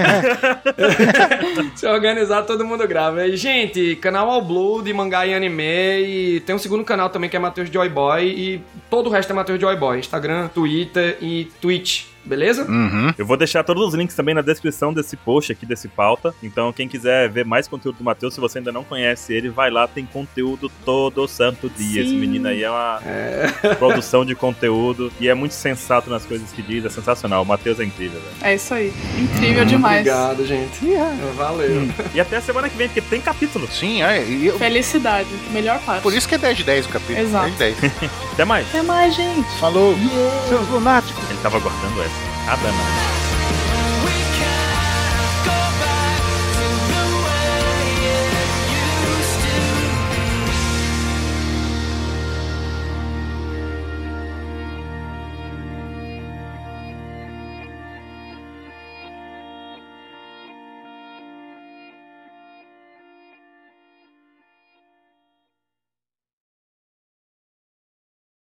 Se organizar, todo mundo grava. E, gente, canal All Blue de mangá e anime. E tem um segundo canal também que é Matheus Joy Boy. E todo o resto é Matheus Joy Boy. Instagram, Twitter e Twitch. Beleza?
Uhum.
Eu vou deixar todos os links também na descrição desse post aqui, desse pauta. Então, quem quiser ver mais conteúdo do Matheus, se você ainda não conhece ele, vai lá, tem conteúdo todo santo dia. Esse
Sim.
menino aí é uma produção de conteúdo e é muito sensato nas coisas que diz, é sensacional. O Matheus é incrível, velho.
É isso aí. Incrível demais.
Obrigado, gente. Valeu.
E até a semana que vem, porque tem capítulo.
Sim, é. e eu-
Felicidade. Melhor parte.
por isso que é 10 de 10 o capítulo.
Exato.
10 de 10.
Até mais.
Até mais, gente.
Uhum.
Falou!
Seus lunáticos!
Ele tava guardando essa. Ah, dana.